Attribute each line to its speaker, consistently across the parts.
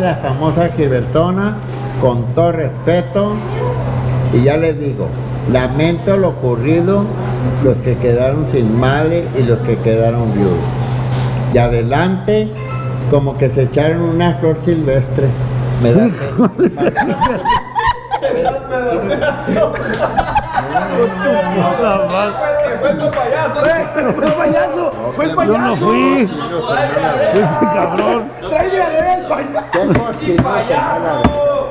Speaker 1: la famosa Gilbertona, con todo respeto, y ya les digo, lamento lo ocurrido, los que quedaron sin madre y los que quedaron viudos. Y adelante, como que se echaron una flor silvestre. Me da pena.
Speaker 2: Fue el payaso.
Speaker 3: ¡Fue el payaso! ¡Fue el payaso!
Speaker 4: Yo no fui. Este cabrón.
Speaker 3: ¡Trae la red al payaso!
Speaker 1: Qué cochino,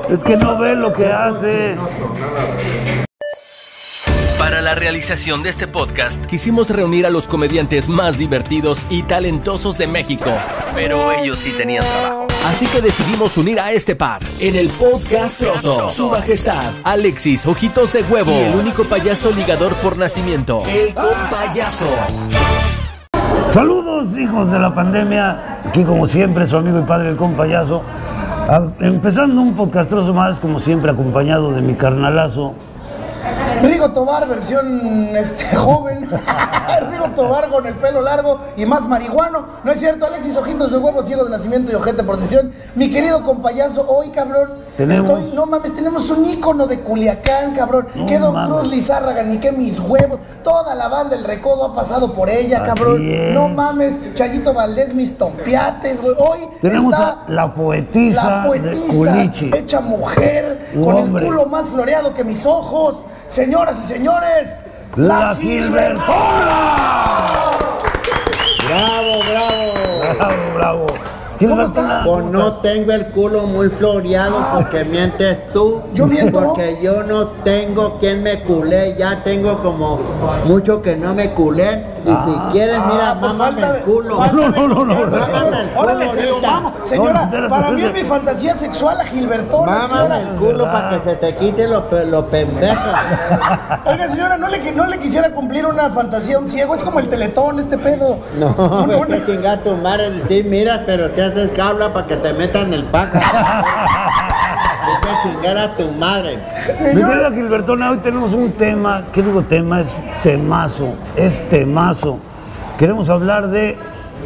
Speaker 4: Es que no ve lo que hace.
Speaker 5: Para la realización de este podcast, quisimos reunir a los comediantes más divertidos y talentosos de México. Pero ellos sí tenían trabajo. Así que decidimos unir a este par en el podcast Trozo. Su majestad, Alexis Ojitos de Huevo. Y el único payaso ligador por nacimiento, el compayaso.
Speaker 4: Saludos, hijos de la pandemia. Aquí, como siempre, su amigo y padre, el compayazo. A- Empezando un podcastroso más, como siempre, acompañado de mi carnalazo.
Speaker 3: Rigo Tobar, versión este, joven. Rigo Tobar con el pelo largo y más marihuano. No es cierto, Alexis, ojitos de huevo, ciego de nacimiento y ojete por decisión. Mi querido compayazo, hoy, cabrón.
Speaker 4: Tenemos-
Speaker 3: Estoy, no mames, tenemos un ícono de Culiacán, cabrón.
Speaker 4: No
Speaker 3: que Don
Speaker 4: mames.
Speaker 3: Cruz Lizárraga, ni que mis huevos. Toda la banda El Recodo ha pasado por ella,
Speaker 4: Así
Speaker 3: cabrón.
Speaker 4: es.
Speaker 3: No mames, Chayito Valdés, mis tompiates, güey. Hoy
Speaker 4: Tenemos
Speaker 3: está
Speaker 4: a la poetisa,
Speaker 3: la
Speaker 4: de
Speaker 3: poetisa,
Speaker 4: Culichi.
Speaker 3: hecha mujer,
Speaker 4: Un
Speaker 3: con
Speaker 4: hombre.
Speaker 3: el culo más floreado que mis ojos. Señoras y señores,
Speaker 4: ¡La Gilbertona!
Speaker 1: Bravo, bravo.
Speaker 4: Bravo, bravo.
Speaker 3: ¿Cómo está?
Speaker 1: O no tengo el culo muy floreado porque mientes tú.
Speaker 3: Ah, ¿Yo miento?
Speaker 1: Porque yo no tengo quien me culé. Ya tengo como mucho que no me culé. Y si quieres, mira,
Speaker 3: Ah, pues
Speaker 1: mámame
Speaker 3: falta
Speaker 1: el
Speaker 3: de-
Speaker 1: culo.
Speaker 3: falta
Speaker 4: No, no, no, no, no.
Speaker 3: de confianza, señor. Órale, se lo mamo.
Speaker 4: No,
Speaker 3: Señora,
Speaker 4: espérate,
Speaker 3: para mí es
Speaker 4: espérate.
Speaker 3: mi fantasía sexual la Gilbertona.
Speaker 1: Mámame
Speaker 3: Señora.
Speaker 1: el culo
Speaker 4: ¿Verdad?
Speaker 1: para que se te quite los pe- los pendejos.
Speaker 3: Oiga, señora, ¿no le, qui- no le quisiera cumplir una fantasía a un ciego. Es como el teletón, este pedo.
Speaker 1: No,
Speaker 3: Una-
Speaker 1: vete
Speaker 3: una-
Speaker 1: a chingar a tu madre. Sí, miras, pero te haces cabla para que te metan el paja. Vete a chingar a tu madre.
Speaker 4: Mi
Speaker 3: señora,
Speaker 4: querida Gilbertona, hoy tenemos un tema, ¿qué digo tema? Es temazo, es temazo. Queremos hablar de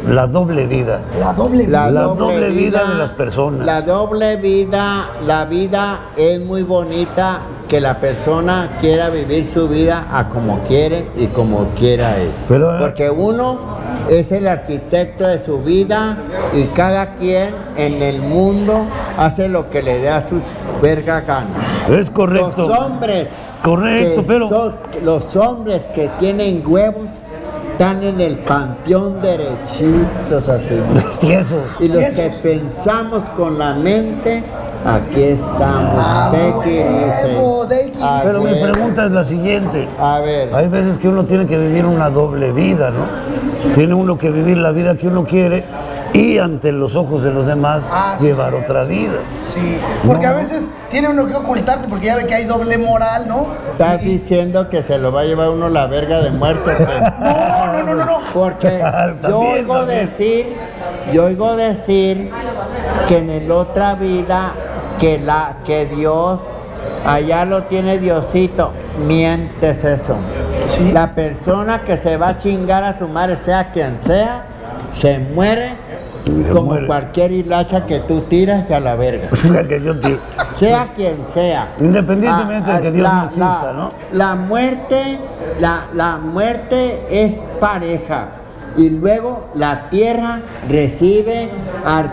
Speaker 4: la doble vida.
Speaker 3: la doble.
Speaker 1: La,
Speaker 4: La doble vida de las personas.
Speaker 1: La doble vida, la vida es muy bonita que la persona quiera vivir su vida a como quiere y como quiera él.
Speaker 4: Pero- eh,
Speaker 1: Porque uno es el arquitecto de su vida y cada quien en el mundo hace lo que le da su verga gana.
Speaker 4: Es correcto.
Speaker 1: Los hombres.
Speaker 4: Correcto,
Speaker 1: que
Speaker 4: pero-
Speaker 1: son- los hombres que tienen huevos están en el panteón derechitos así.
Speaker 4: Tiesos.
Speaker 1: Y los que
Speaker 3: Esos.
Speaker 1: pensamos con la mente, aquí estamos.
Speaker 3: Ah,
Speaker 1: Take it
Speaker 3: huevo,
Speaker 1: easy.
Speaker 3: take it
Speaker 1: A
Speaker 4: Pero mi
Speaker 1: ver,
Speaker 4: pregunta es la siguiente.
Speaker 1: A ver,
Speaker 4: Hay veces que uno tiene que vivir una doble vida, ¿no? Tiene uno que vivir la vida que uno quiere y ante los ojos de los demás
Speaker 3: Ah, sí,
Speaker 4: llevar
Speaker 3: cierto.
Speaker 4: otra vida.
Speaker 3: Sí, porque
Speaker 4: No.
Speaker 3: a veces tiene uno que ocultarse porque ya ve que hay doble moral, ¿no?
Speaker 1: estás diciendo que se lo va a llevar uno la verga de muerto. pues?
Speaker 3: No, no, no, no, no.
Speaker 1: Porque yo
Speaker 4: También,
Speaker 1: oigo
Speaker 4: también.
Speaker 1: decir, yo oigo decir que en el otra vida que la que Dios allá lo tiene Diosito, mientes eso.
Speaker 3: Sí.
Speaker 1: La persona que se va a chingar a su madre, sea quien sea, se muere
Speaker 4: Se
Speaker 1: como
Speaker 4: muere.
Speaker 1: cualquier hilacha que tú tiras y a la verga.
Speaker 4: O sea, que yo te-
Speaker 1: Sea quien sea.
Speaker 4: Independientemente
Speaker 1: Ah,
Speaker 4: de que
Speaker 1: ah,
Speaker 4: Dios
Speaker 1: la-
Speaker 4: no exista,
Speaker 1: la-
Speaker 4: ¿no?
Speaker 1: La muerte, la, la muerte es pareja. Y luego la tierra recibe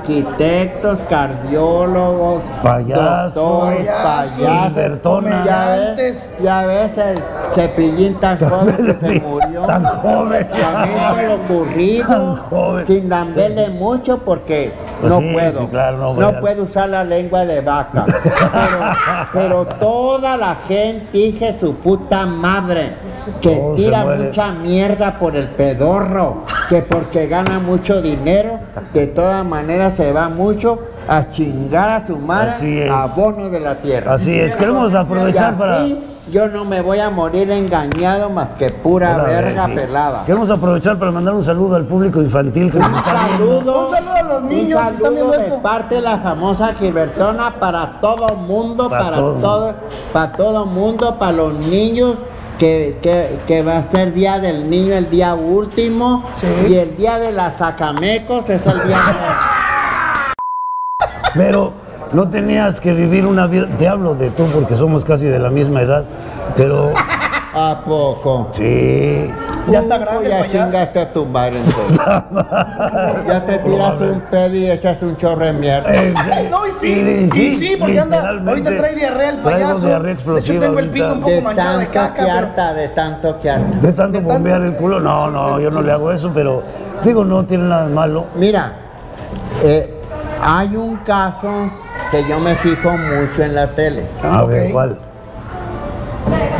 Speaker 1: arquitectos, cardiólogos,
Speaker 4: Payasos,
Speaker 1: doctores,
Speaker 3: payasos,
Speaker 1: payasos,
Speaker 4: Gilbertona.
Speaker 1: ya ves,
Speaker 3: comediantes.
Speaker 1: ya ves el cepillín tan joven que se murió.
Speaker 4: Tan joven.
Speaker 1: Lamento lo
Speaker 4: Tan
Speaker 1: ocurrido,
Speaker 4: joven.
Speaker 1: sin lamberle mucho porque
Speaker 4: Pues
Speaker 1: no
Speaker 4: sí,
Speaker 1: puedo.
Speaker 4: sí, claro, no,
Speaker 1: no
Speaker 4: ya.
Speaker 1: puedo usar la lengua de vaca. Pero, pero toda la gente dije su puta madre que
Speaker 4: Todo se
Speaker 1: tira
Speaker 4: muere.
Speaker 1: mucha mierda por el pedorro, que porque gana mucho dinero, de todas maneras se va mucho a chingar a su
Speaker 4: Así
Speaker 1: madre
Speaker 4: es.
Speaker 1: a abono de la tierra.
Speaker 4: Así es, queremos
Speaker 1: Y
Speaker 4: aprovechar para...
Speaker 1: así yo no me voy a morir engañado más que pura
Speaker 4: Hola,
Speaker 1: verga
Speaker 4: Betty.
Speaker 1: pelada.
Speaker 4: Queremos aprovechar para mandar un saludo al público infantil que nos
Speaker 1: Un
Speaker 4: está viendo.
Speaker 1: saludo,
Speaker 3: Un saludo a los niños
Speaker 1: un
Speaker 3: que están viendo
Speaker 1: saludo de
Speaker 3: esto.
Speaker 1: parte de la famosa Gilbertona para todo mundo,
Speaker 4: Para
Speaker 1: para,
Speaker 4: todo.
Speaker 1: todo, para todo mundo, para los niños. Que, que- que va a ser día del niño el día último
Speaker 3: Sí.
Speaker 1: y el día de las sacamecos es el día de
Speaker 4: Pero no tenías que vivir una vida. Te hablo de tú porque somos casi de la misma edad, pero
Speaker 1: ¿A poco?
Speaker 4: sí.
Speaker 3: Ya está
Speaker 1: Tú
Speaker 3: grande el
Speaker 1: Ya
Speaker 3: payaso.
Speaker 1: chingaste a tu madre entonces. ya te tiraste un pedo y echas un chorro de mierda.
Speaker 4: Eh,
Speaker 3: Ay, no, y sí, y sí, porque anda-
Speaker 4: literalmente,
Speaker 3: ahorita trae diarrea el
Speaker 4: traigo
Speaker 3: payaso.
Speaker 4: diarrea
Speaker 3: De hecho,
Speaker 4: explosiva
Speaker 3: tengo el pito
Speaker 4: ahorita.
Speaker 3: un poco
Speaker 1: De
Speaker 3: manchado de
Speaker 1: tanto
Speaker 3: caca,
Speaker 1: que
Speaker 3: pero-
Speaker 1: harta, de tanto que harta.
Speaker 4: De tanto
Speaker 3: De tanto-
Speaker 4: bombear el culo, no, no, yo no le hago eso, pero digo, no tiene nada de malo.
Speaker 1: Mira, eh, hay un caso que yo me fijo mucho en la tele.
Speaker 4: A
Speaker 3: ok.
Speaker 4: ver, ¿cuál?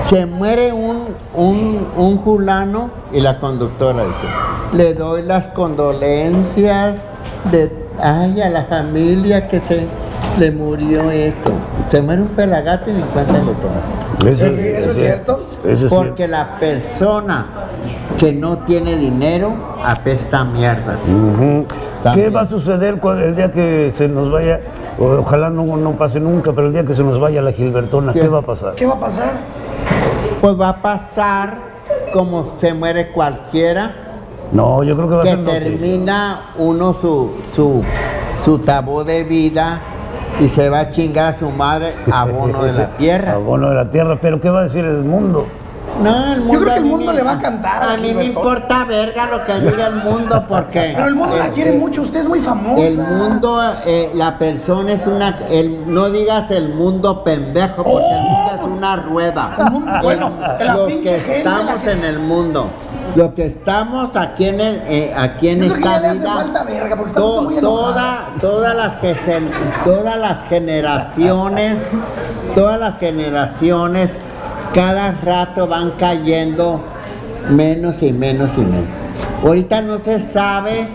Speaker 1: Se muere un, un, un fulano y la conductora dice, le doy las condolencias de, ay, a la familia que se le murió esto. Se muere un pelagato y ni cuenta le toma.
Speaker 4: Eso,
Speaker 3: sí, eso es cierto.
Speaker 4: Eso es
Speaker 1: Porque la persona que no tiene dinero apesta a mierda.
Speaker 4: Ujú. ¿Qué
Speaker 1: También.
Speaker 4: va a suceder cu- el día que se nos vaya? o- Ojalá no, no pase nunca, pero el día que se nos vaya la Gilbertona, ¿qué
Speaker 1: Sí.
Speaker 4: va a pasar?
Speaker 3: ¿Qué va a pasar?
Speaker 1: Pues va a pasar como se muere cualquiera.
Speaker 4: No, yo creo que va a
Speaker 1: que
Speaker 4: ser noticia.
Speaker 1: termina uno su, su, su tabú de vida y se va a chingar a su madre abono de la tierra.
Speaker 4: Abono de la tierra, pero ¿qué va a decir el mundo?
Speaker 1: No, el mundo
Speaker 3: creo que
Speaker 1: a
Speaker 3: el
Speaker 1: mí
Speaker 3: mundo
Speaker 1: me-
Speaker 3: le va a cantar a
Speaker 1: A mí me
Speaker 3: Gilberto.
Speaker 1: importa verga lo que diga el mundo porque...
Speaker 3: Pero el mundo la quiere mucho, usted es muy famosa.
Speaker 1: El mundo, eh, la persona es una... el- no digas el mundo pendejo porque el mundo es una rueda.
Speaker 3: El mundo- bueno, la
Speaker 1: los
Speaker 3: pinche
Speaker 1: que
Speaker 3: gente, la
Speaker 1: estamos
Speaker 3: gente-
Speaker 1: en el mundo. Los que estamos aquí en, el, eh, aquí en
Speaker 3: Yo creo que
Speaker 1: esta
Speaker 3: ya le hace
Speaker 1: vida,
Speaker 3: falta verga, porque estamos muy enojados.
Speaker 1: toda, todas las que se- todas las generaciones, todas las generaciones, cada rato van cayendo menos y menos y menos. Ahorita no se sabe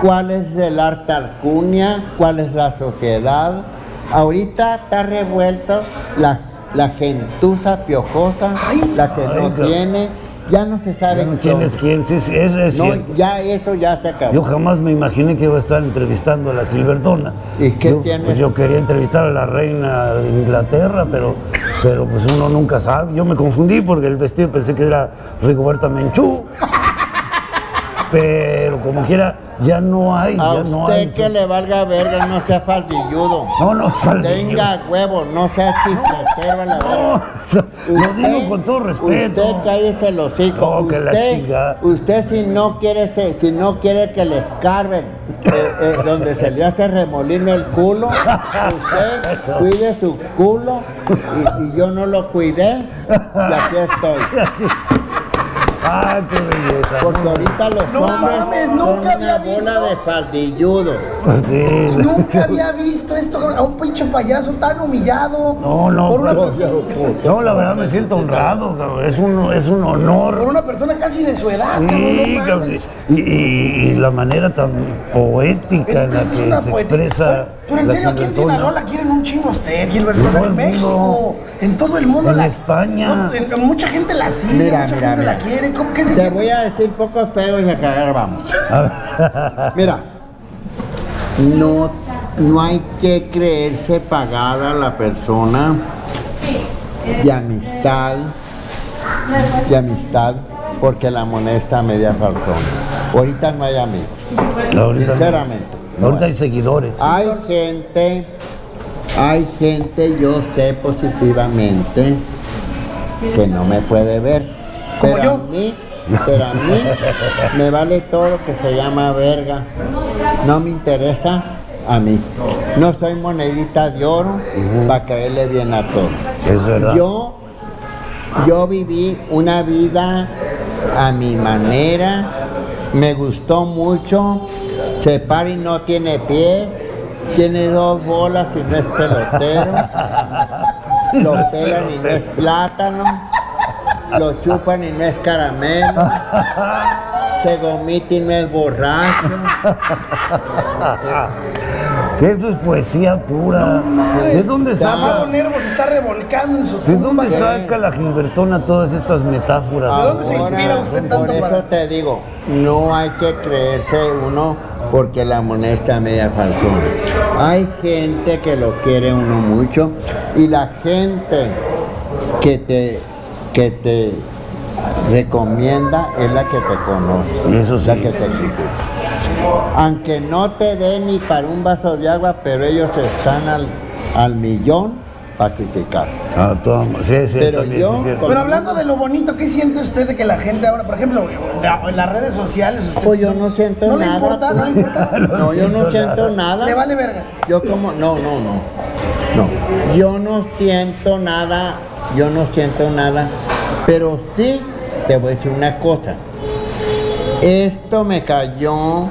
Speaker 1: cuál es el arte arcunia, cuál es la sociedad. Ahorita está revuelto la, la gentuza piojosa,
Speaker 3: Ay.
Speaker 1: la que
Speaker 4: Ay,
Speaker 1: no
Speaker 4: cabrón.
Speaker 1: tiene, ya no se sabe
Speaker 4: ¿Quién es quién? Sí, sí, eso es
Speaker 1: No,
Speaker 4: cierto.
Speaker 1: ya eso ya se acabó.
Speaker 4: Yo jamás me imaginé que iba a estar entrevistando a la Gilbertona.
Speaker 1: ¿Y qué
Speaker 4: yo,
Speaker 1: tiene?
Speaker 4: pues yo quería entrevistar a la reina de Inglaterra, pero, pero pues uno nunca sabe. Yo me confundí porque el vestido pensé que era Rigoberta Menchú. Pero como quiera, ya no hay,
Speaker 1: A
Speaker 4: ya
Speaker 1: usted
Speaker 4: no hay.
Speaker 1: que le valga verga, no sea faldilludo.
Speaker 4: No, no, Faldilludo.
Speaker 1: Tenga huevo, no sea chifletero a la
Speaker 4: No,
Speaker 1: verga.
Speaker 4: lo digo con todo respeto.
Speaker 1: Usted cállese el hocico.
Speaker 4: No, que la
Speaker 1: usted,
Speaker 4: chinga.
Speaker 1: usted si no quiere se- si no quiere que le escarben eh, eh, donde se le hace remolino el culo, usted cuide su culo y, y yo no lo cuidé y aquí estoy.
Speaker 4: Ah, qué belleza.
Speaker 1: Porque ahorita los
Speaker 3: No
Speaker 1: hombres
Speaker 3: mames,
Speaker 1: son
Speaker 3: nunca
Speaker 1: una
Speaker 3: había
Speaker 1: bola
Speaker 3: visto.
Speaker 1: de faldilludos.
Speaker 4: Sí.
Speaker 3: Nunca había visto esto a un pinche payaso tan humillado.
Speaker 4: No, no,
Speaker 3: Por una,
Speaker 4: pero-
Speaker 3: persona,
Speaker 4: Yo la verdad me siento honrado, cabrón. es un, es un honor.
Speaker 3: por una persona casi de su edad,
Speaker 4: Sí,
Speaker 3: cabrón, no
Speaker 4: cabrón.
Speaker 3: mames.
Speaker 4: y, y- y la manera tan
Speaker 3: Es,
Speaker 4: poética en la
Speaker 3: es- es
Speaker 4: que
Speaker 3: una
Speaker 4: se
Speaker 3: poeta.
Speaker 4: expresa.
Speaker 3: Pero en
Speaker 4: la
Speaker 3: serio, aquí en
Speaker 4: Gilbertona.
Speaker 3: Sinaloa la quieren un chingo a usted, Gilberto.
Speaker 4: En todo
Speaker 3: En
Speaker 4: el
Speaker 3: México,
Speaker 4: mundo.
Speaker 3: en todo el mundo.
Speaker 4: En
Speaker 3: la-
Speaker 4: España.
Speaker 3: no, en- en mucha gente la sigue,
Speaker 1: Mira,
Speaker 3: mucha
Speaker 1: mira,
Speaker 3: gente
Speaker 1: mira.
Speaker 3: la quiere. ¿Cómo, ¿Qué se
Speaker 1: Te
Speaker 3: siente?
Speaker 1: voy a decir pocos pedos y a cagar vamos. Mira, no, no hay que creerse pagar a la persona de amistad, de amistad, porque la moneda está a media falsona. Ahorita no hay amigos.
Speaker 4: Ahorita no.
Speaker 1: Sinceramente. no
Speaker 4: Ahorita
Speaker 1: hay.
Speaker 3: eh.
Speaker 4: hay seguidores.
Speaker 3: Ah,
Speaker 1: Hay gente, hay gente, yo sé positivamente que no me puede ver.
Speaker 3: ¿Como
Speaker 1: Pero a
Speaker 3: yo?
Speaker 1: mí, pero a mí me vale todo lo que se llama verga. No me interesa a mí. No soy monedita de oro para caerle bien a todos.
Speaker 4: Es verdad.
Speaker 1: Yo, yo viví una vida a mi manera, me gustó mucho. Separi no tiene pies, tiene dos bolas y no es pelotero. Lo pelan y no es plátano, lo chupan y no es caramelo, se gomita y no es borracho.
Speaker 4: Eso es poesía pura. ¿De dónde
Speaker 3: Amado
Speaker 4: saca?
Speaker 3: Nervo se está revolcando en su
Speaker 4: ¿De
Speaker 3: tumba.
Speaker 4: dónde
Speaker 1: ¿Qué?
Speaker 4: saca la Gilbertona todas estas metáforas? Ah,
Speaker 3: ¿De dónde se inspira usted tanto
Speaker 1: Por eso
Speaker 3: para-
Speaker 1: te digo, no hay que creerse uno porque la moneda está media falsona. Hay gente que lo quiere uno mucho y la gente que te, que te recomienda es la que te conoce,
Speaker 4: Eso sí.
Speaker 1: la que te critica. Aunque no te den ni para un vaso de agua, pero ellos están al, al millón para criticar.
Speaker 4: Ah, todo- sí, sí,
Speaker 1: Pero
Speaker 4: también,
Speaker 1: yo
Speaker 4: sí, es cierto.
Speaker 3: Pero hablando de lo bonito, ¿qué siente usted de que la gente ahora, por ejemplo, de- en las redes sociales, usted
Speaker 1: Pues yo no siento
Speaker 3: ¿No le
Speaker 1: nada. pues.
Speaker 3: importa? ¿No le importa?
Speaker 1: No, yo no
Speaker 4: siento
Speaker 1: siento nada.
Speaker 3: le vale verga?
Speaker 1: Yo como, no, no, no, no. Yo no siento nada, yo no siento nada, pero sí te voy a decir una cosa. Esto me cayó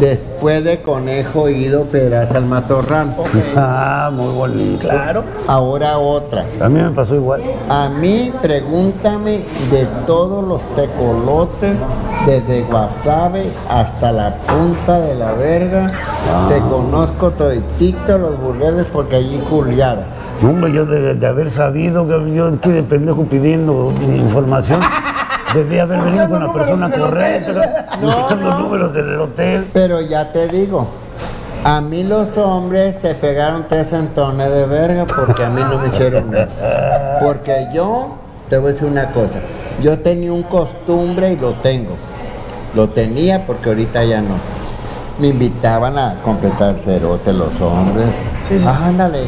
Speaker 1: después de Conejo Ido Pedraza al Matorral.
Speaker 3: Ok,
Speaker 4: Ah, muy bonito.
Speaker 3: claro.
Speaker 1: Ahora otra.
Speaker 4: A mí me pasó igual.
Speaker 1: A mí pregúntame de todos los tecolotes, desde Guasave hasta la punta de la verga. Te conozco toditito los burgueses porque allí culiaron.
Speaker 4: No, Hombre, yo de, de haber sabido que yo aquí de pendejo pidiendo información, debí haber venido
Speaker 3: Buscando
Speaker 4: con la
Speaker 3: números
Speaker 4: persona
Speaker 3: en el
Speaker 4: correcta,
Speaker 1: No,
Speaker 4: buscando
Speaker 1: no.
Speaker 4: números en el hotel.
Speaker 1: Pero ya te digo, a mí los hombres se pegaron tres entones de verga porque a mí no me hicieron nada. Porque yo, te voy a decir una cosa, yo tenía un costumbre y lo tengo. Lo tenía porque ahorita ya no. Me invitaban a completar el cerote los hombres.
Speaker 3: Sí, sí, sí.
Speaker 1: Ándale,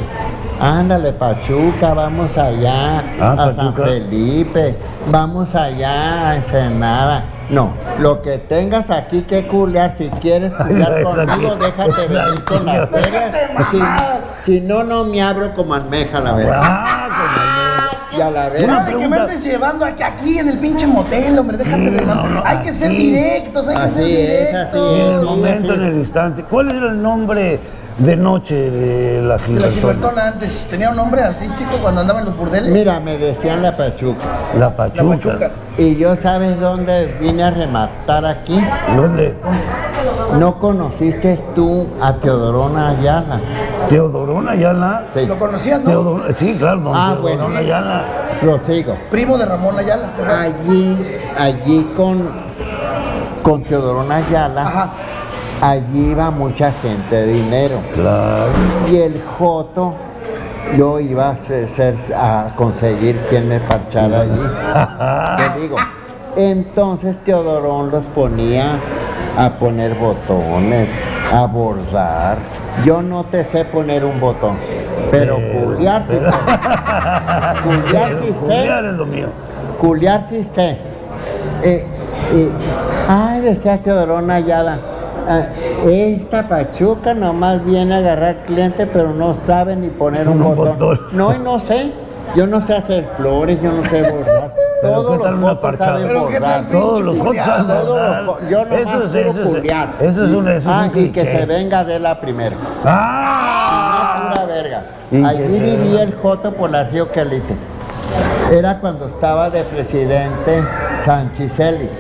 Speaker 1: ándale, Pachuca, vamos allá,
Speaker 4: Ah,
Speaker 1: a San
Speaker 4: Pachuca.
Speaker 1: Felipe, vamos allá a Ensenada. No, lo que tengas aquí que culear, si quieres culear conmigo, déjate venir con las vergas. Si, si no, no me abro como almeja la verdad.
Speaker 4: Ah,
Speaker 1: Y a la
Speaker 3: No,
Speaker 1: verga.
Speaker 3: de que me andes llevando aquí, aquí en el pinche motel, hombre, déjate de
Speaker 4: no,
Speaker 3: mamá.
Speaker 4: no,
Speaker 3: hay que ser
Speaker 4: así.
Speaker 3: directos, hay que
Speaker 1: Así
Speaker 3: ser
Speaker 1: es,
Speaker 4: con
Speaker 1: así
Speaker 4: el, en el
Speaker 1: es.
Speaker 3: directos.
Speaker 4: momento,
Speaker 1: sí.
Speaker 4: en el instante. ¿Cuál era el nombre de noche de la
Speaker 3: De la
Speaker 4: Gilbertona?
Speaker 3: Gilbertona antes, tenía un nombre artístico cuando andaba en los burdeles.
Speaker 1: Mira, me decían la Pachuca.
Speaker 4: La
Speaker 3: la
Speaker 4: Pachuca.
Speaker 3: Pachuca.
Speaker 1: Y yo sabes dónde vine a rematar aquí.
Speaker 4: ¿Dónde?
Speaker 1: No conociste tú a Teodorona Ayala.
Speaker 4: Teodorona Ayala.
Speaker 1: Sí.
Speaker 3: ¿Lo conocías, no?
Speaker 4: Teodoro- sí, claro, don
Speaker 1: Ah, pues
Speaker 4: Teodorona
Speaker 1: sí.
Speaker 4: Ayala.
Speaker 1: Prosigo.
Speaker 3: Primo de Ramón Ayala, te voy a-
Speaker 1: Allí, allí con, con Teodorona Ayala,
Speaker 3: Ajá.
Speaker 1: allí iba mucha gente de dinero.
Speaker 4: Claro.
Speaker 1: Y el Joto, yo iba a, ser- ser- a conseguir quien me parchara allí. Te digo. Entonces Teodorón los ponía a poner botones, a bordar. Yo no te sé poner un botón, pero culiar sí sé. Culiar sí sé.
Speaker 4: Julián es lo mío.
Speaker 1: Culiar sí sé. Eh, eh, ay, decía Teodorón Ayala. ah, Esta pachuca nomás viene a agarrar cliente, pero no sabe ni poner un,
Speaker 4: Un
Speaker 1: botón.
Speaker 4: botón.
Speaker 1: No, y no sé. Yo no sé hacer flores, yo no sé bordar.
Speaker 4: Pero
Speaker 1: Todos
Speaker 4: ¿qué tal
Speaker 1: los
Speaker 4: una
Speaker 1: fotos
Speaker 4: parchada?
Speaker 1: saben
Speaker 3: Pero ¿qué
Speaker 1: bordar.
Speaker 3: tal,
Speaker 4: Todos los
Speaker 3: Pinche
Speaker 4: hot
Speaker 3: culiado,
Speaker 4: sandals.
Speaker 1: Todos los co- yo nomás
Speaker 4: Eso es,
Speaker 1: puro
Speaker 4: eso es,
Speaker 1: culiar.
Speaker 4: eso es un, eso es
Speaker 1: Ah,
Speaker 4: un
Speaker 1: y que
Speaker 4: cliché.
Speaker 1: se venga de la primera.
Speaker 4: ¡Ah!
Speaker 1: Una verga.
Speaker 4: Y que
Speaker 1: Allí
Speaker 4: se-
Speaker 1: vivía el Joto por la Río Calite. Era cuando estaba de presidente Sánchez Ellis.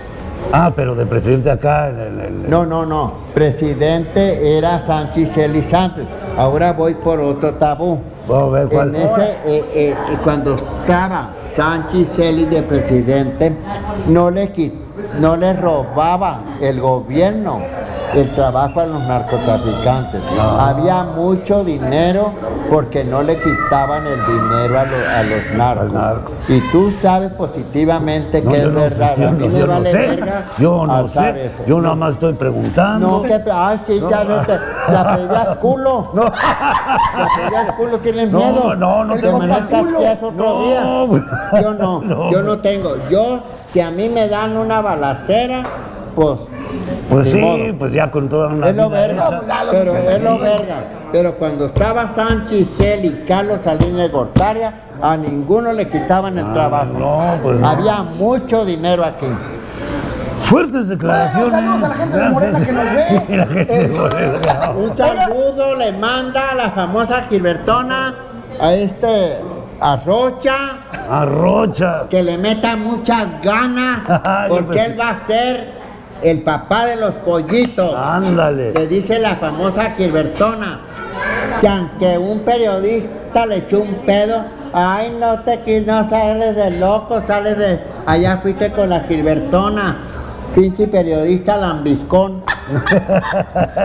Speaker 4: Ah, pero de presidente acá, en el, el-
Speaker 1: No, no, no. Presidente era Sánchez Ellis antes. Ahora voy por otro tabú.
Speaker 4: Vamos a ver cuál.
Speaker 1: En ese, eh, eh, eh, cuando estaba Sánchez Ellis de presidente, no le, qui- no le robaba el gobierno el trabajo a los narcotraficantes. Había mucho dinero porque no le quitaban el dinero a, lo- a los narcos.
Speaker 4: narco.
Speaker 1: Y tú sabes positivamente
Speaker 4: No,
Speaker 1: que
Speaker 4: yo
Speaker 1: es
Speaker 4: no sé,
Speaker 1: verdad.
Speaker 4: yo
Speaker 1: a mí
Speaker 4: no-
Speaker 1: me
Speaker 4: yo no
Speaker 1: vale
Speaker 4: sé,
Speaker 1: verga
Speaker 4: yo no
Speaker 1: alzar
Speaker 4: sé,
Speaker 1: eso.
Speaker 4: yo nada más estoy
Speaker 1: No,
Speaker 4: preguntando.
Speaker 1: que, ah, sí, ya
Speaker 4: No.
Speaker 1: no te, ya pedías culo. No. Ya pedías culo, tienes
Speaker 4: No,
Speaker 1: miedo.
Speaker 4: no, no
Speaker 1: te
Speaker 4: tengo
Speaker 1: manejas
Speaker 4: culo.
Speaker 1: que es otro
Speaker 4: No, güey.
Speaker 1: día. Yo no,
Speaker 4: No.
Speaker 1: yo no tengo. Yo, si a mí me dan una balacera, pues.
Speaker 4: pues
Speaker 1: ni
Speaker 4: sí,
Speaker 1: modo.
Speaker 4: pues ya con toda una
Speaker 1: Es lo
Speaker 4: vida
Speaker 1: verga,
Speaker 4: hecha.
Speaker 3: ya lo
Speaker 1: pero
Speaker 3: muchacho,
Speaker 1: es lo
Speaker 3: sí.
Speaker 1: verga. Pero cuando estaba Sánchez, Celi, Carlos Salinas de Gortaria, a ninguno le quitaban el trabajo.
Speaker 4: Ah, no, pues no.
Speaker 1: Había mucho dinero aquí.
Speaker 4: Fuertes declaraciones.
Speaker 3: Bueno, saludos a la gente de Morena
Speaker 4: gracias.
Speaker 3: que nos ve.
Speaker 4: Y la gente de Morena.
Speaker 1: Un saludo le manda a la famosa Gilbertona, a este a Rocha,
Speaker 4: Arrocha.
Speaker 1: que le meta muchas ganas,
Speaker 4: Ay,
Speaker 1: porque
Speaker 4: pues.
Speaker 1: él va a ser el papá de los pollitos.
Speaker 4: Ándale.
Speaker 1: Le dice la famosa Gilbertona, que aunque un periodista le echó un pedo, ay, no te qui- no sales de loco, sales de... Allá fuiste con la Gilbertona, pinche periodista lambiscón.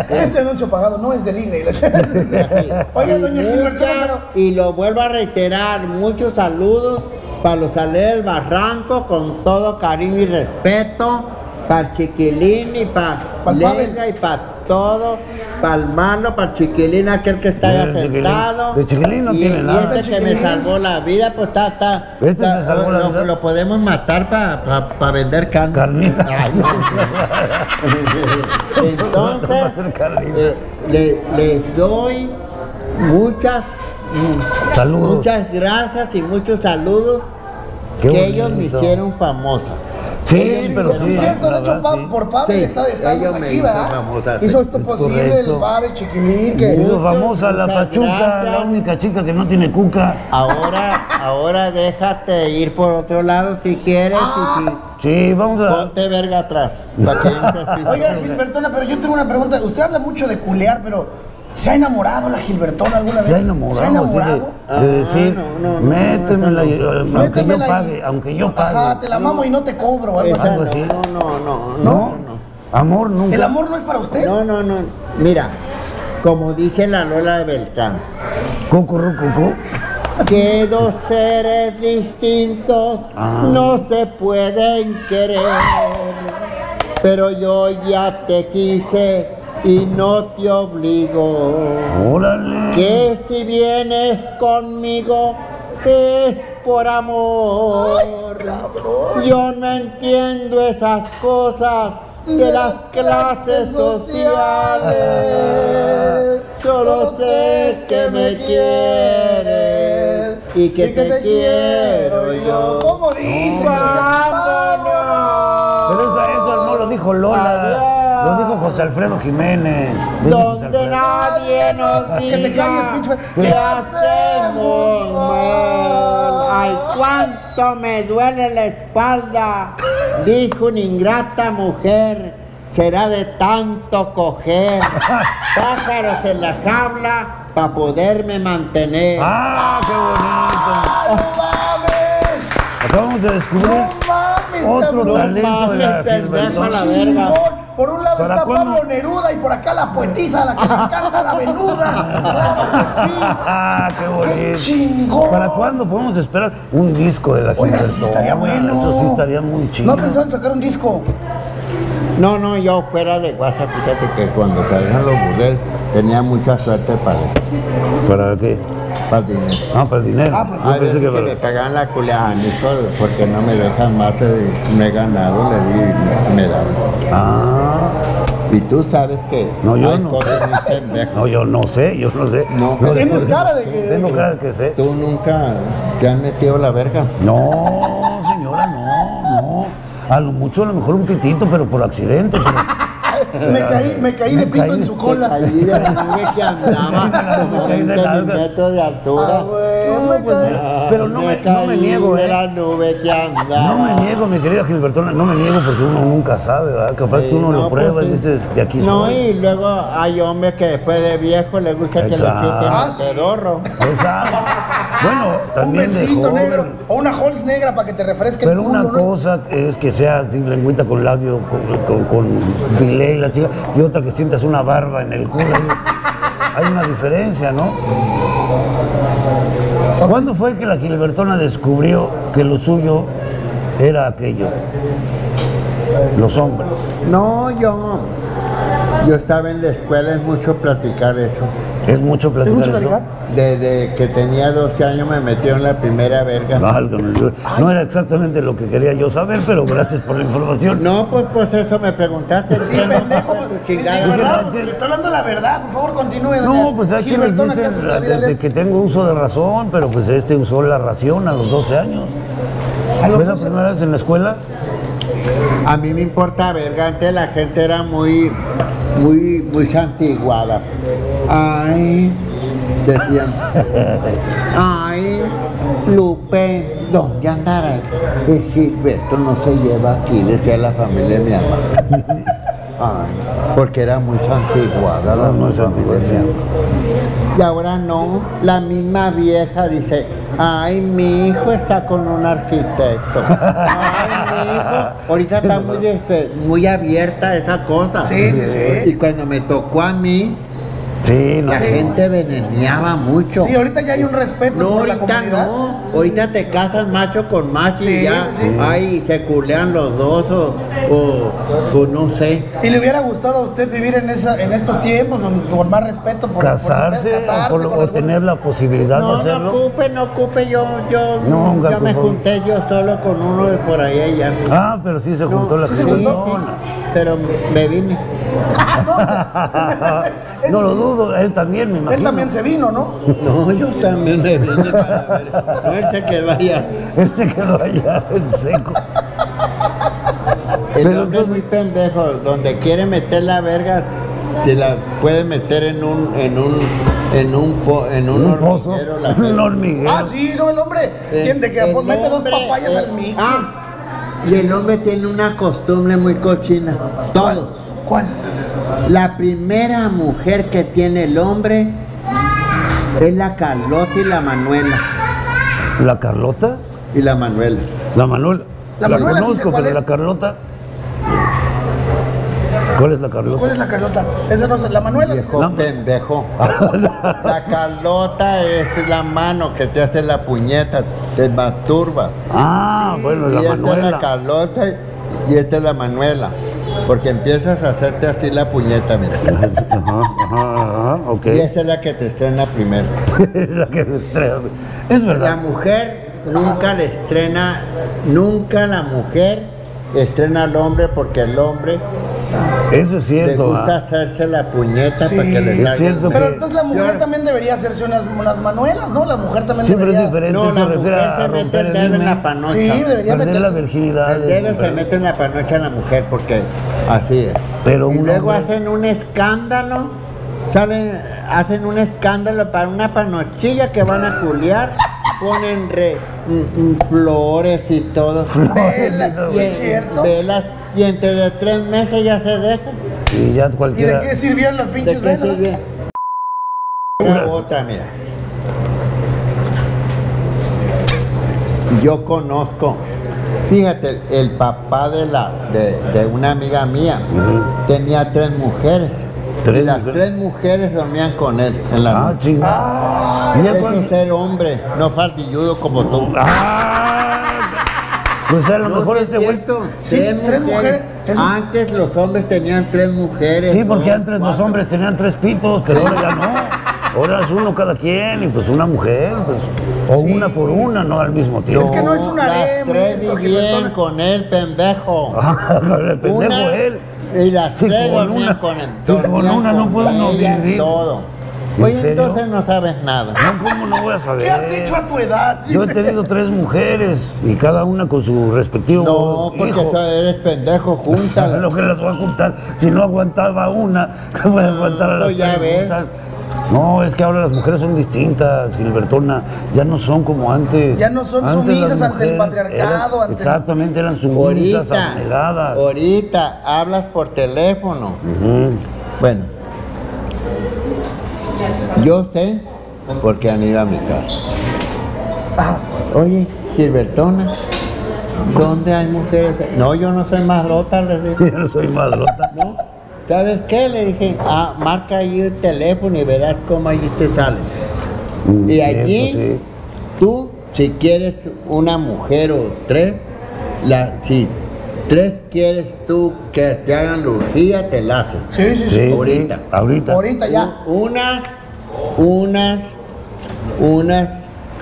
Speaker 3: Este anuncio pagado no es de Disney. Oye,
Speaker 1: Y
Speaker 3: doña
Speaker 1: muchas-
Speaker 3: Gilbertona, pero-
Speaker 1: Y lo vuelvo a reiterar, muchos saludos para los Ale del Barranco, con todo cariño y respeto. para el chiquilín y para
Speaker 3: Pa'l Pavel.
Speaker 1: Lenga y para todo, para el malo, para el chiquilín, aquel que está
Speaker 4: El
Speaker 1: ahí
Speaker 4: chiquilín.
Speaker 1: sentado.
Speaker 4: El chiquilín no
Speaker 1: Y-
Speaker 4: tiene
Speaker 1: y
Speaker 4: nada.
Speaker 1: este que me
Speaker 3: Chiquilín.
Speaker 1: salvó la vida, pues está, está.
Speaker 4: Este
Speaker 1: está-
Speaker 4: me salvó la
Speaker 1: lo,
Speaker 4: vida.
Speaker 1: lo podemos matar para vender carne.
Speaker 4: Carnita.
Speaker 1: Ay, no. Entonces,
Speaker 4: Hacer carnita.
Speaker 1: eh, le- les doy muchas mm,
Speaker 4: Saludos.
Speaker 1: Muchas gracias y muchos saludos
Speaker 4: Qué
Speaker 1: que ellos me
Speaker 4: bonito.
Speaker 1: hicieron famosa.
Speaker 4: Sí, pero
Speaker 3: sí, es cierto, de
Speaker 4: la
Speaker 3: hecho,
Speaker 4: verdad,
Speaker 3: pa-
Speaker 4: sí.
Speaker 3: por Pavel
Speaker 1: Sí,
Speaker 3: está, estamos
Speaker 1: ellos me
Speaker 3: aquí,
Speaker 1: hizo
Speaker 3: ¿verdad?
Speaker 1: famosa, sí.
Speaker 3: Hizo esto
Speaker 4: Es
Speaker 3: posible el
Speaker 4: correcto.
Speaker 3: Pavel, chiquilín, que...
Speaker 4: Hizo
Speaker 1: Muchas,
Speaker 4: famosa la
Speaker 1: muchas
Speaker 4: pachuca, la
Speaker 1: gracias.
Speaker 4: única chica que no tiene cuca.
Speaker 1: Ahora, ahora déjate ir por otro lado si quieres y si
Speaker 4: Sí, vamos a.
Speaker 1: ponte verga atrás. para que entres así.
Speaker 3: Oiga, Gilbertona, pero yo tengo una pregunta. Usted habla mucho de culear, pero ¿se ha enamorado la Gilbertona alguna vez?
Speaker 4: Se ha enamorado.
Speaker 3: ¿Se ha enamorado?
Speaker 4: así de- de decir,
Speaker 1: Ah, no, no, no,
Speaker 4: Eh, métemela, y- aunque yo
Speaker 3: Métemela ahí.
Speaker 4: pague, aunque yo pague.
Speaker 3: Ajá, te la mamo y no te cobro, algo
Speaker 1: Esa
Speaker 3: así.
Speaker 4: algo así.
Speaker 1: no, no, no, no,
Speaker 4: ¿No?
Speaker 1: no, no.
Speaker 4: Amor nunca.
Speaker 3: ¿El amor no es para usted?
Speaker 1: No, no, no. Mira, como dice la Lola Beltrán,
Speaker 4: Coco, roco, co.
Speaker 1: que dos seres distintos
Speaker 4: Ah.
Speaker 1: no se pueden querer. Pero yo ya te quise y no te obligo.
Speaker 4: Órale.
Speaker 1: que si vienes conmigo es por amor. Yo no entiendo esas cosas de las clases sociales. Solo sé que me quieres y que te quiero yo.
Speaker 3: ¿Cómo dice?
Speaker 1: Vámonos.
Speaker 4: Pero eso, eso no lo dijo Lola.
Speaker 1: Adiós.
Speaker 4: Lo dijo José Alfredo Jiménez. Lo dijo José
Speaker 1: donde
Speaker 4: pues, Alfredo.
Speaker 1: nadie nos
Speaker 3: Que te calles,
Speaker 1: diga
Speaker 3: pinche-
Speaker 1: que
Speaker 3: Sí.
Speaker 1: hacemos mal. Ay, cuánto me duele la espalda, dijo una ingrata mujer. Será de tanto coger pájaros en la jaula para poderme mantener.
Speaker 4: ¡Ah, qué bonito!
Speaker 3: ¡Ay, Pavel!
Speaker 4: Acabamos de descubrir.
Speaker 3: ¡No mames,
Speaker 4: Otro
Speaker 3: cabrón!
Speaker 4: talento de la
Speaker 1: mames, pendejo a la
Speaker 4: Gilbertona.
Speaker 1: verga.
Speaker 3: Chingón. Por un lado
Speaker 4: ¿Para
Speaker 3: está
Speaker 4: cuándo?
Speaker 3: Pablo Neruda y por acá la poetisa, la que le canta la venuda. Claro
Speaker 4: ¡Ah, qué
Speaker 3: que sí. ¡Qué
Speaker 4: bonito!
Speaker 3: chingón!
Speaker 4: ¿Para cuándo podemos esperar un disco de la
Speaker 3: Oiga,
Speaker 4: Gilbertona?
Speaker 3: sí estaría bueno.
Speaker 4: Eso sí estaría muy chido.
Speaker 3: No pensaban sacar un disco.
Speaker 1: No, no, yo fuera de WhatsApp, fíjate que cuando traían los burdeles tenía mucha suerte para eso,
Speaker 4: ¿Para qué?
Speaker 1: para el dinero.
Speaker 4: Ah, para el dinero.
Speaker 3: Ah, para-
Speaker 4: Yo
Speaker 1: Hay
Speaker 4: pensé
Speaker 1: veces que,
Speaker 4: que para-
Speaker 1: me cagan la culea a mi hijo porque no me dejan más, eh, me he ganado, le di medalla.
Speaker 4: Ah,
Speaker 1: Y tú sabes que
Speaker 4: No, yo
Speaker 1: hay
Speaker 4: no.
Speaker 1: cosas muy pendejas.
Speaker 4: Ah, no, yo no sé, yo no sé.
Speaker 1: No,
Speaker 4: sé.
Speaker 3: Tienes cara de que-
Speaker 4: Tengo cara de que sé.
Speaker 1: Tú nunca te has metido la verga.
Speaker 4: No, señora, no, no. A lo mucho, a lo mejor un pitito, pero por accidente. pero-
Speaker 3: Me caí, me caí de
Speaker 4: Me
Speaker 3: pito
Speaker 4: caí
Speaker 3: en
Speaker 4: de-
Speaker 3: su
Speaker 1: Te
Speaker 3: cola.
Speaker 1: caí de la nube que andaba como
Speaker 4: Me caí de
Speaker 1: 20
Speaker 4: la
Speaker 1: mil
Speaker 4: alga.
Speaker 1: metros de altura.
Speaker 3: Ah, güey,
Speaker 1: No,
Speaker 3: me
Speaker 1: pues,
Speaker 3: caí.
Speaker 1: ay,
Speaker 4: Ah, Pero no me- no me
Speaker 1: caí
Speaker 4: niego,
Speaker 1: de
Speaker 4: eh.
Speaker 1: la nube que andaba.
Speaker 4: No me niego, mi querida Gilbertona, no me niego porque uno nunca sabe, ¿verdad? Capaz que
Speaker 1: Sí,
Speaker 4: uno lo
Speaker 1: no, pues,
Speaker 4: prueba y
Speaker 1: sí.
Speaker 4: dices, de aquí
Speaker 1: No,
Speaker 4: soy.
Speaker 1: y luego hay hombres que después de viejo les gusta
Speaker 4: Ay,
Speaker 1: que
Speaker 4: claro. Ah,
Speaker 1: lo
Speaker 3: sí.
Speaker 1: quiten de dorro.
Speaker 4: Exacto. Bueno,
Speaker 3: Un
Speaker 4: también de
Speaker 3: besito
Speaker 4: joven.
Speaker 3: negro. O una Halls negra para que te refresque el
Speaker 4: Pero
Speaker 3: culo,
Speaker 4: una
Speaker 3: ¿no?
Speaker 4: cosa es que sea así, lengüita con labio, con, con, con bilé y la chica, y otra que sientas una barba en el culo. Hay- Hay una diferencia, ¿no? ¿Cuándo fue que la Gilbertona descubrió que lo suyo era aquello? Los hombres.
Speaker 1: No, yo. Yo estaba en la escuela, es mucho platicar eso.
Speaker 4: Es mucho
Speaker 3: ¿Es
Speaker 4: platicar.
Speaker 3: mucho
Speaker 4: eso?
Speaker 3: platicar?
Speaker 1: Desde que tenía 12 años me metieron la primera verga.
Speaker 4: Válgame Dios. No era exactamente lo que quería yo saber, pero gracias por la información.
Speaker 1: No, pues, pues eso me preguntaste.
Speaker 3: Sí,
Speaker 1: ¿qué no?
Speaker 3: pendejo.
Speaker 1: Tu
Speaker 3: pues, de- de
Speaker 1: chingada.
Speaker 3: verdad, pues, le está hablando la verdad. Por favor, continúe.
Speaker 4: No, pues hay quienes
Speaker 3: Gilbertona, ¿qué haces
Speaker 4: dicen
Speaker 3: en la vida
Speaker 4: desde
Speaker 3: real?
Speaker 4: que tengo uso de razón, pero pues este usó la ración a los 12 años.
Speaker 3: A los
Speaker 4: ¿Fue la
Speaker 3: 12?
Speaker 4: primera vez en la escuela?
Speaker 1: A mí me importa verga, antes la gente era muy, muy, muy santiguada. Ay, decían. Ay, Lupe, ¿dónde andará? El Gilberto no se lleva aquí, decía la familia de mi mamá. Ay, porque era muy santiguada la
Speaker 4: No, no es
Speaker 1: familia
Speaker 4: antigüedad.
Speaker 1: de mi mamá. Y ahora no, la misma vieja dice, ay, mi hijo está con un arquitecto. Ay, mi hijo. Ahorita está muy, este, muy abierta esa cosa.
Speaker 3: Sí, sí, sí.
Speaker 1: Y cuando me tocó a mí,
Speaker 4: Sí, no.
Speaker 1: La gente veneneaba mucho.
Speaker 3: Sí, ahorita ya hay un respeto
Speaker 1: No,
Speaker 3: por la
Speaker 1: ahorita
Speaker 3: comunidad.
Speaker 1: no. Ahorita te casas macho con macho
Speaker 3: Sí,
Speaker 1: y ya.
Speaker 3: sí, sí.
Speaker 1: Ay, se culean los dos o, o, o no sé.
Speaker 3: ¿Y le hubiera gustado a usted vivir en esa, en estos tiempos don- con más respeto por
Speaker 4: casarse,
Speaker 3: por, casarse
Speaker 4: o, por-
Speaker 3: con
Speaker 4: o
Speaker 3: alguna-
Speaker 4: tener la posibilidad
Speaker 1: No,
Speaker 4: de
Speaker 1: no
Speaker 4: hacerlo.
Speaker 1: ocupe, no ocupe. Yo, yo,
Speaker 4: Nunca
Speaker 1: yo me
Speaker 4: ocupó.
Speaker 1: junté yo solo con uno de por allá y ya.
Speaker 4: ah, pero sí se juntó la
Speaker 3: sí se juntó.
Speaker 4: persona.
Speaker 1: Pero me vine.
Speaker 3: Eso
Speaker 4: no lo
Speaker 3: sí.
Speaker 4: dudo, él también, me imagino.
Speaker 3: Él también se vino, ¿no?
Speaker 1: No, yo también me vine para ver. No, él se quedó allá.
Speaker 4: Él se quedó allá en seco.
Speaker 1: El
Speaker 4: Pero
Speaker 1: hombre es muy pendejo. Donde quiere meter la verga, se la puede meter en un, en un, en un, po- en un,
Speaker 4: Un pozo,
Speaker 1: hormiguero, la
Speaker 4: un
Speaker 1: verga.
Speaker 4: hormiguero.
Speaker 3: Ah, sí, no, el hombre. ¿Quién de que
Speaker 1: Eh, El
Speaker 3: pues, mete dos
Speaker 1: hombre,
Speaker 3: papayas
Speaker 1: eh,
Speaker 3: al mic?
Speaker 1: Ah, y el hombre tiene una costumbre muy cochina. Todos.
Speaker 3: ¿Cuál?
Speaker 1: La primera mujer que tiene el hombre es la Carlota y la Manuela.
Speaker 4: ¿La Carlota?
Speaker 1: Y la Manuela.
Speaker 4: La Manuela.
Speaker 3: La Manuela sí sé
Speaker 4: conozco,
Speaker 3: cuál
Speaker 4: pero
Speaker 3: es.
Speaker 4: la Carlota. ¿Cuál es la Carlota?
Speaker 3: ¿Cuál es la Carlota? Esa no es la Manuela.
Speaker 1: Viejo
Speaker 4: No. pues,
Speaker 1: pendejo. La Carlota es la mano que te hace la puñeta, te masturba.
Speaker 4: Ah, bueno,
Speaker 1: Y
Speaker 4: la
Speaker 1: esta es la
Speaker 4: Manuela.
Speaker 1: Carlota y esta es la Manuela. Porque empiezas a hacerte así la puñeta, mira.
Speaker 4: Ajá, ajá, ajá, ok.
Speaker 1: Y esa es la que te estrena primero.
Speaker 4: la que se estrella. Es
Speaker 1: La
Speaker 4: verdad.
Speaker 1: mujer nunca le estrena, nunca la mujer estrena al hombre porque el hombre
Speaker 4: Eso es
Speaker 1: le
Speaker 4: cierto.
Speaker 1: gusta
Speaker 4: ah.
Speaker 1: hacerse la puñeta
Speaker 3: Sí.
Speaker 1: para que le
Speaker 4: Es
Speaker 1: salga.
Speaker 4: cierto
Speaker 3: Pero
Speaker 4: que-
Speaker 3: entonces la mujer también debería hacerse unas, unas manuelas, ¿no? La mujer también
Speaker 4: Sí, pero es
Speaker 3: debería.
Speaker 4: diferente.
Speaker 1: No,
Speaker 4: se
Speaker 1: la
Speaker 4: refiere
Speaker 1: mujer
Speaker 4: a
Speaker 1: se mete
Speaker 4: romper
Speaker 1: el
Speaker 4: el
Speaker 1: dedo en la
Speaker 4: himen.
Speaker 1: panocha.
Speaker 3: Sí,
Speaker 4: Perder la
Speaker 3: debería meterse.
Speaker 4: virginidad.
Speaker 1: El
Speaker 4: es
Speaker 1: dedo se
Speaker 4: diferente.
Speaker 1: mete en la panocha a la mujer porque así es.
Speaker 4: Pero
Speaker 1: y
Speaker 4: un
Speaker 1: luego
Speaker 4: hombre-
Speaker 1: hacen un escándalo, salen, hacen un escándalo para una panochilla que van a culiar, ponen re- mm, mm, flores y todo.
Speaker 3: Vela,
Speaker 1: Y-
Speaker 3: sí, es cierto.
Speaker 1: Velas, y entre de tres meses ya se deja.
Speaker 4: Y ya
Speaker 3: ¿Y de
Speaker 4: cualquiera.
Speaker 3: qué sirvieron las pinches
Speaker 1: ¿De qué
Speaker 3: velas?
Speaker 1: sirve? Una otra, mira. Yo conozco, fíjate, el papá de la de, de una amiga mía
Speaker 4: Ujú.
Speaker 1: tenía tres mujeres.
Speaker 4: ¿Tres
Speaker 1: y las
Speaker 4: mujeres?
Speaker 1: tres mujeres dormían con él en la
Speaker 4: Ah,
Speaker 1: noche.
Speaker 4: chinga. pues. ¿Y ya
Speaker 1: Eso
Speaker 4: cuál-
Speaker 1: es ser hombre, no faldilludo como tú.
Speaker 4: Ah, pues a lo mejor
Speaker 1: sí es
Speaker 4: este güey.
Speaker 1: cierto,
Speaker 3: Sí, tres mujeres. Eso-
Speaker 1: Antes los hombres tenían tres mujeres.
Speaker 4: Sí, porque
Speaker 1: dos,
Speaker 4: antes los
Speaker 1: cuatro.
Speaker 4: hombres tenían tres pitos, pero ahora ya no. Ahora es uno cada quien y pues una mujer, pues. O una por una, no al mismo tiempo.
Speaker 3: Es que no es un
Speaker 1: Oh, las
Speaker 3: harem,
Speaker 1: tres
Speaker 3: esto,
Speaker 1: vivían
Speaker 3: Gilbertona.
Speaker 1: con él, pendejo.
Speaker 4: Ah, el pendejo
Speaker 1: Una
Speaker 4: él.
Speaker 1: Y las
Speaker 4: Sí,
Speaker 1: tres
Speaker 4: con
Speaker 1: dormían
Speaker 4: una-
Speaker 1: con él.
Speaker 4: sí, con
Speaker 1: dormían
Speaker 4: una no puedo no
Speaker 1: ella,
Speaker 4: vivir.
Speaker 1: todo.
Speaker 4: ¿En
Speaker 1: Oye,
Speaker 4: serio?
Speaker 1: entonces no sabes nada.
Speaker 4: No, ¿cómo no voy a saber?
Speaker 3: ¿Qué has hecho a tu edad?
Speaker 4: Yo he
Speaker 3: Dice.
Speaker 4: tenido tres mujeres y cada una con su respectivo
Speaker 1: No, porque
Speaker 4: hijo.
Speaker 1: tú eres pendejo, júntala.
Speaker 4: Lo que las voy a juntar. Si no aguantaba una, ¿qué voy a aguantar a las
Speaker 1: pues ya
Speaker 4: tres
Speaker 1: ves.
Speaker 4: juntas? No, es que ahora las mujeres son distintas, Gilbertona. Ya no son como antes.
Speaker 3: Ya no son
Speaker 4: Antes las
Speaker 3: sumisas ante el
Speaker 4: mujeres eran-
Speaker 3: patriarcado, ante-
Speaker 4: Exactamente, eran sumisas,
Speaker 1: Ahorita,
Speaker 4: abnegadas.
Speaker 1: ahorita hablas por teléfono.
Speaker 4: Ujú.
Speaker 1: Bueno, yo sé porque han ido a mi casa. Ah,
Speaker 3: Ajá.
Speaker 1: Oye, Gilbertona, ¿dónde hay mujeres? No, yo no soy más rota, les dije.
Speaker 4: Yo no soy madrota.
Speaker 1: ¿no? ¿Sabes qué? Le dije, ah, marca ahí el teléfono y verás cómo allí te sale. Y
Speaker 4: Eso
Speaker 1: allí,
Speaker 4: sí.
Speaker 1: tú, si quieres una mujer o tres, la, si tres quieres tú que te hagan lucía, te la hacen.
Speaker 3: Sí, sí, sí.
Speaker 4: Sí, sí,
Speaker 1: Ahorita. Uh.
Speaker 4: ahorita.
Speaker 3: Ahorita ya.
Speaker 1: U- Unas, unas, unas,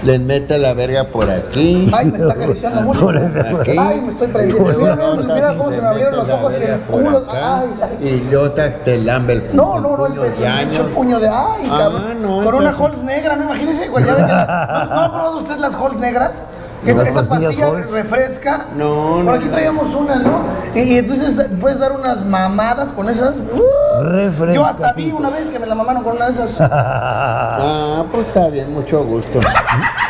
Speaker 1: les mete la verga por aquí.
Speaker 3: Ay, me está acariciando mucho.
Speaker 1: Aquí.
Speaker 3: Ay, me estoy prendiendo. Mira, mira, mira, mira cómo se me abrieron los ojos y el culo. Ay, ay.
Speaker 1: Y Lota te lambe el puño.
Speaker 3: No, no, no, el
Speaker 1: puño de
Speaker 3: peso, el
Speaker 1: años.
Speaker 3: pinche puño de ay,
Speaker 1: Ah,
Speaker 3: cabrón.
Speaker 1: no,
Speaker 3: Con una
Speaker 1: entonces-
Speaker 3: Halls negra, no imagínese, güey. ya ve que- ¿No, no ha probado usted las Halls negras? Que esa,
Speaker 4: Las
Speaker 3: esa
Speaker 4: pastillas
Speaker 3: pastilla
Speaker 4: Halls.
Speaker 3: refresca.
Speaker 1: No, no,
Speaker 3: Por aquí
Speaker 1: no.
Speaker 3: traíamos una, ¿no? Y, y entonces da- puedes dar unas mamadas con esas. Uh,
Speaker 4: Refresca,
Speaker 3: Yo hasta vi
Speaker 4: pito.
Speaker 3: una vez que me la mamaron con una de esas.
Speaker 1: Ah, pues está bien, mucho gusto.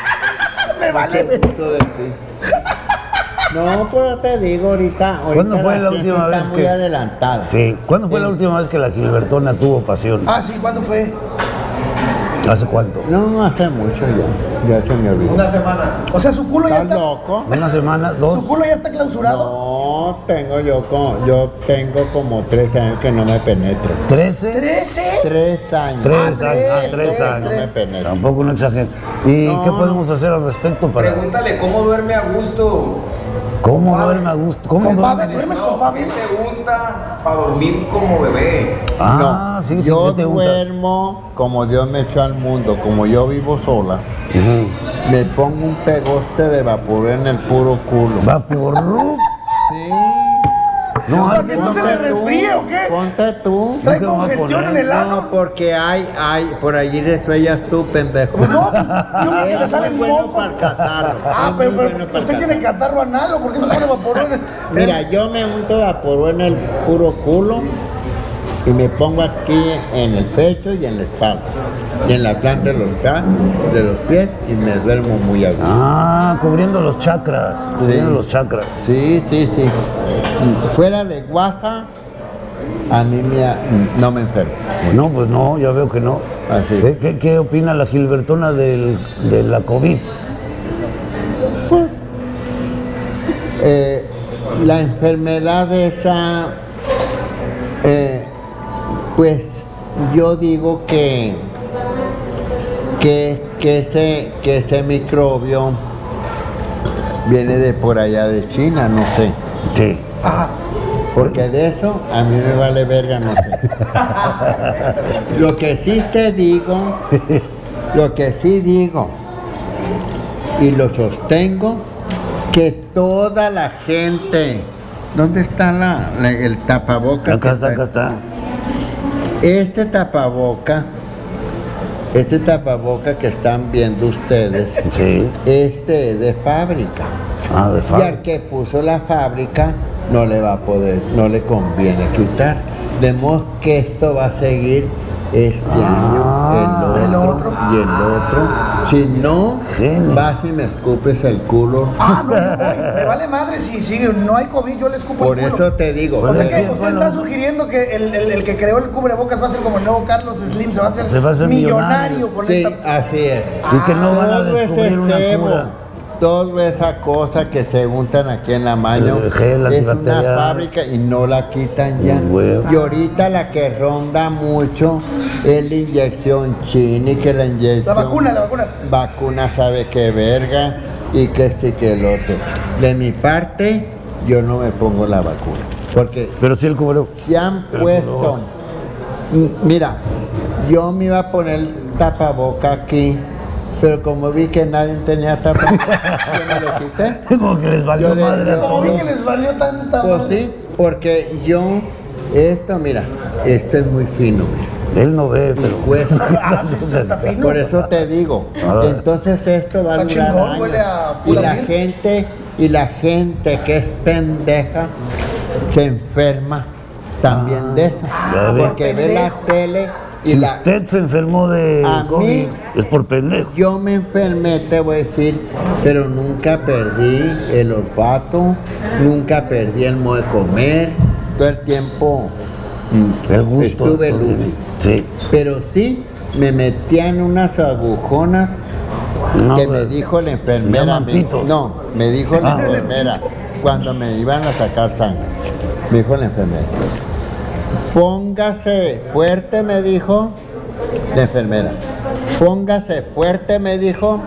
Speaker 3: me vale.
Speaker 1: Gusto de ti. No, pero te digo ahorita. ahorita
Speaker 4: ¿Cuándo fue la
Speaker 1: ciencia
Speaker 4: última
Speaker 1: está
Speaker 4: vez
Speaker 1: muy
Speaker 4: que-
Speaker 1: adelantada.
Speaker 4: Sí. ¿Cuándo fue la
Speaker 1: Sí.
Speaker 4: última vez que la Gilbertona tuvo pasión?
Speaker 3: Ah, sí, ¿cuándo fue?
Speaker 4: ¿Hace cuánto?
Speaker 1: No, hace mucho ya. Ya se me olvidó.
Speaker 2: Una semana.
Speaker 3: O sea, su culo ya
Speaker 1: ¿Estás
Speaker 3: está.
Speaker 1: loco?
Speaker 4: ¿Una semana? ¿Dos?
Speaker 3: Su culo ya está clausurado.
Speaker 1: No, tengo yo como, yo tengo como tres años que no me penetro.
Speaker 4: ¿Trece?
Speaker 3: ¿Trece?
Speaker 1: Tres años.
Speaker 4: Tres
Speaker 3: Ah,
Speaker 4: años. Ah,
Speaker 3: tres,
Speaker 4: tres
Speaker 3: tres,
Speaker 4: años.
Speaker 1: No me penetro.
Speaker 4: Tampoco no exagero. ¿Y
Speaker 1: No,
Speaker 4: qué
Speaker 1: no.
Speaker 4: podemos hacer al respecto para.?
Speaker 6: Pregúntale cómo duerme a gusto.
Speaker 4: ¿Cómo duerme a gusto? ¿Cómo
Speaker 3: Con
Speaker 4: duerme?
Speaker 3: Pavel, ¿duermes con
Speaker 6: ¿Qué
Speaker 3: Pavel?
Speaker 6: te gusta para dormir como bebé?
Speaker 4: Ah,
Speaker 1: no,
Speaker 4: sí,
Speaker 1: yo
Speaker 4: sí, te gusta.
Speaker 1: duermo como Dios me echó al mundo, como yo vivo sola.
Speaker 4: Ujú.
Speaker 1: Me pongo un pegoste de vapor en el puro culo.
Speaker 4: Va por rup.
Speaker 1: Sí.
Speaker 4: No,
Speaker 3: ¿Para
Speaker 4: hay-
Speaker 3: que no se
Speaker 1: Ponte
Speaker 3: le
Speaker 1: tú,
Speaker 3: resfríe o qué?
Speaker 1: Ponte tú.
Speaker 3: ¿Trae
Speaker 4: ¿Qué me voy a
Speaker 3: congestión en
Speaker 4: poner?
Speaker 3: el ano?
Speaker 1: No, porque hay, hay, por allí resuellas tú, pendejo.
Speaker 3: Pues no, pues, yo creo
Speaker 4: Eh,
Speaker 3: que le
Speaker 1: Es muy
Speaker 3: salen
Speaker 1: bueno
Speaker 3: mocos.
Speaker 1: para el catarro.
Speaker 3: Ah,
Speaker 1: Es
Speaker 3: pero,
Speaker 1: muy
Speaker 3: pero
Speaker 1: bueno para el
Speaker 3: usted tiene
Speaker 1: catarro.
Speaker 3: catarro anal o por qué se pone vaporón. en-
Speaker 1: Mira, yo me unto vapor en el puro culo y me pongo aquí en el pecho y en la espalda. Y en la planta de los, ca- de los pies y me duermo muy a gusto.
Speaker 4: Ah, cubriendo los chakras. Cubriendo los chakras.
Speaker 1: Sí, sí, sí. Fuera de guasa, a mí me, ha- no me enfermo.
Speaker 4: No, pues no, ya veo que no.
Speaker 1: Así es.
Speaker 4: ¿Qué, qué- qué opina la Gilbertona del- de la COVID?
Speaker 1: Eh, la enfermedad esa, eh, pues yo digo que, que, que ese, que ese microbio viene de por allá de China, no sé.
Speaker 4: Sí.
Speaker 3: Ajá.
Speaker 1: Porque de eso a mí me vale verga, no sé. Lo que sí te digo, lo que sí digo, y lo sostengo, que toda la gente, ¿dónde está la, la- el tapaboca?
Speaker 4: Acá está, acá está.
Speaker 1: Este tapaboca, este tapaboca que están viendo ustedes,
Speaker 4: Sí.
Speaker 1: este es de fábrica.
Speaker 4: Ah, de
Speaker 1: Y al
Speaker 4: fábrica.
Speaker 1: que puso la fábrica no le va a poder, no le conviene quitar. De modo que esto va a seguir este año,
Speaker 4: Ah,
Speaker 1: el
Speaker 3: el
Speaker 1: otro,
Speaker 3: otro.
Speaker 1: y el otro. Si no,
Speaker 4: Genio.
Speaker 1: vas y me escupes el culo.
Speaker 3: Ah, no, yo voy. Me vale madre si sigue. No hay COVID, yo le escupo
Speaker 1: Por
Speaker 3: el culo.
Speaker 1: eso te digo.
Speaker 3: O sea
Speaker 1: que-
Speaker 3: que usted está sugiriendo que el, el- el que creó el cubrebocas va a ser como el nuevo Carlos Slim, se va a hacer,
Speaker 4: Se va a hacer millonario.
Speaker 3: millonario, con
Speaker 1: Sí,
Speaker 3: esta. Ah,
Speaker 1: así es.
Speaker 4: Y que no van a
Speaker 1: Todo ese
Speaker 4: descubrir una
Speaker 1: cebo,
Speaker 4: cura.
Speaker 1: Toda esa cosa que se untan aquí en la mano
Speaker 4: El gel
Speaker 1: es una
Speaker 4: antibacterial.
Speaker 1: fábrica y no la quitan ya.
Speaker 4: Un huevo.
Speaker 1: Y ahorita la que ronda mucho es la inyección chini, que la inyección...
Speaker 3: La vacuna, la vacuna.
Speaker 1: Vacuna sabe qué verga y que este y que el otro. De mi parte, yo no me pongo la vacuna. Porque
Speaker 4: Pero sí el cubrió.
Speaker 1: se han
Speaker 4: Pero,
Speaker 1: puesto. M- Mira, yo me iba a poner tapaboca aquí, pero como vi que nadie tenía tapaboca, yo me lo quité.
Speaker 4: Como que les valió
Speaker 1: Yo le-
Speaker 4: madre a
Speaker 1: yo-
Speaker 3: Como
Speaker 4: todos.
Speaker 3: vi que les valió tanta
Speaker 1: Pues
Speaker 3: madre.
Speaker 1: sí, porque yo, esto, mira, esto es muy fino.
Speaker 4: Él no ve, pero.
Speaker 1: Cuesta.
Speaker 3: Ah, sí, está- está fino.
Speaker 1: Por eso te digo.
Speaker 4: Ah.
Speaker 1: Entonces esto va a
Speaker 3: Está
Speaker 1: durar
Speaker 3: chingón,
Speaker 1: años.
Speaker 3: huele a
Speaker 1: y
Speaker 3: pura
Speaker 1: la
Speaker 3: miel.
Speaker 1: gente y la gente que es pendeja se enferma también de eso,
Speaker 4: Ah. ya ve.
Speaker 1: porque ve la
Speaker 3: Pendejo.
Speaker 1: tele y
Speaker 4: Si
Speaker 1: la
Speaker 4: usted se enfermó de
Speaker 1: A mí-
Speaker 4: COVID, es por pendejo.
Speaker 1: yo me enfermé, te voy a decir, pero nunca perdí el olfato, nunca perdí el modo de comer, todo el tiempo mm,
Speaker 4: El gusto.
Speaker 1: estuve
Speaker 4: Porque-
Speaker 1: lúcido.
Speaker 4: Sí.
Speaker 1: Pero sí, me metían unas agujonas
Speaker 4: No,
Speaker 1: que me
Speaker 4: pero-
Speaker 1: dijo la
Speaker 4: Se
Speaker 1: enfermera.
Speaker 4: llaman
Speaker 1: me dijo-
Speaker 4: pitos.
Speaker 1: no, me dijo la
Speaker 4: Ah.
Speaker 1: enfermera cuando me iban a sacar sangre. Me dijo la enfermera. Póngase fuerte, me dijo la enfermera. Póngase fuerte, me dijo,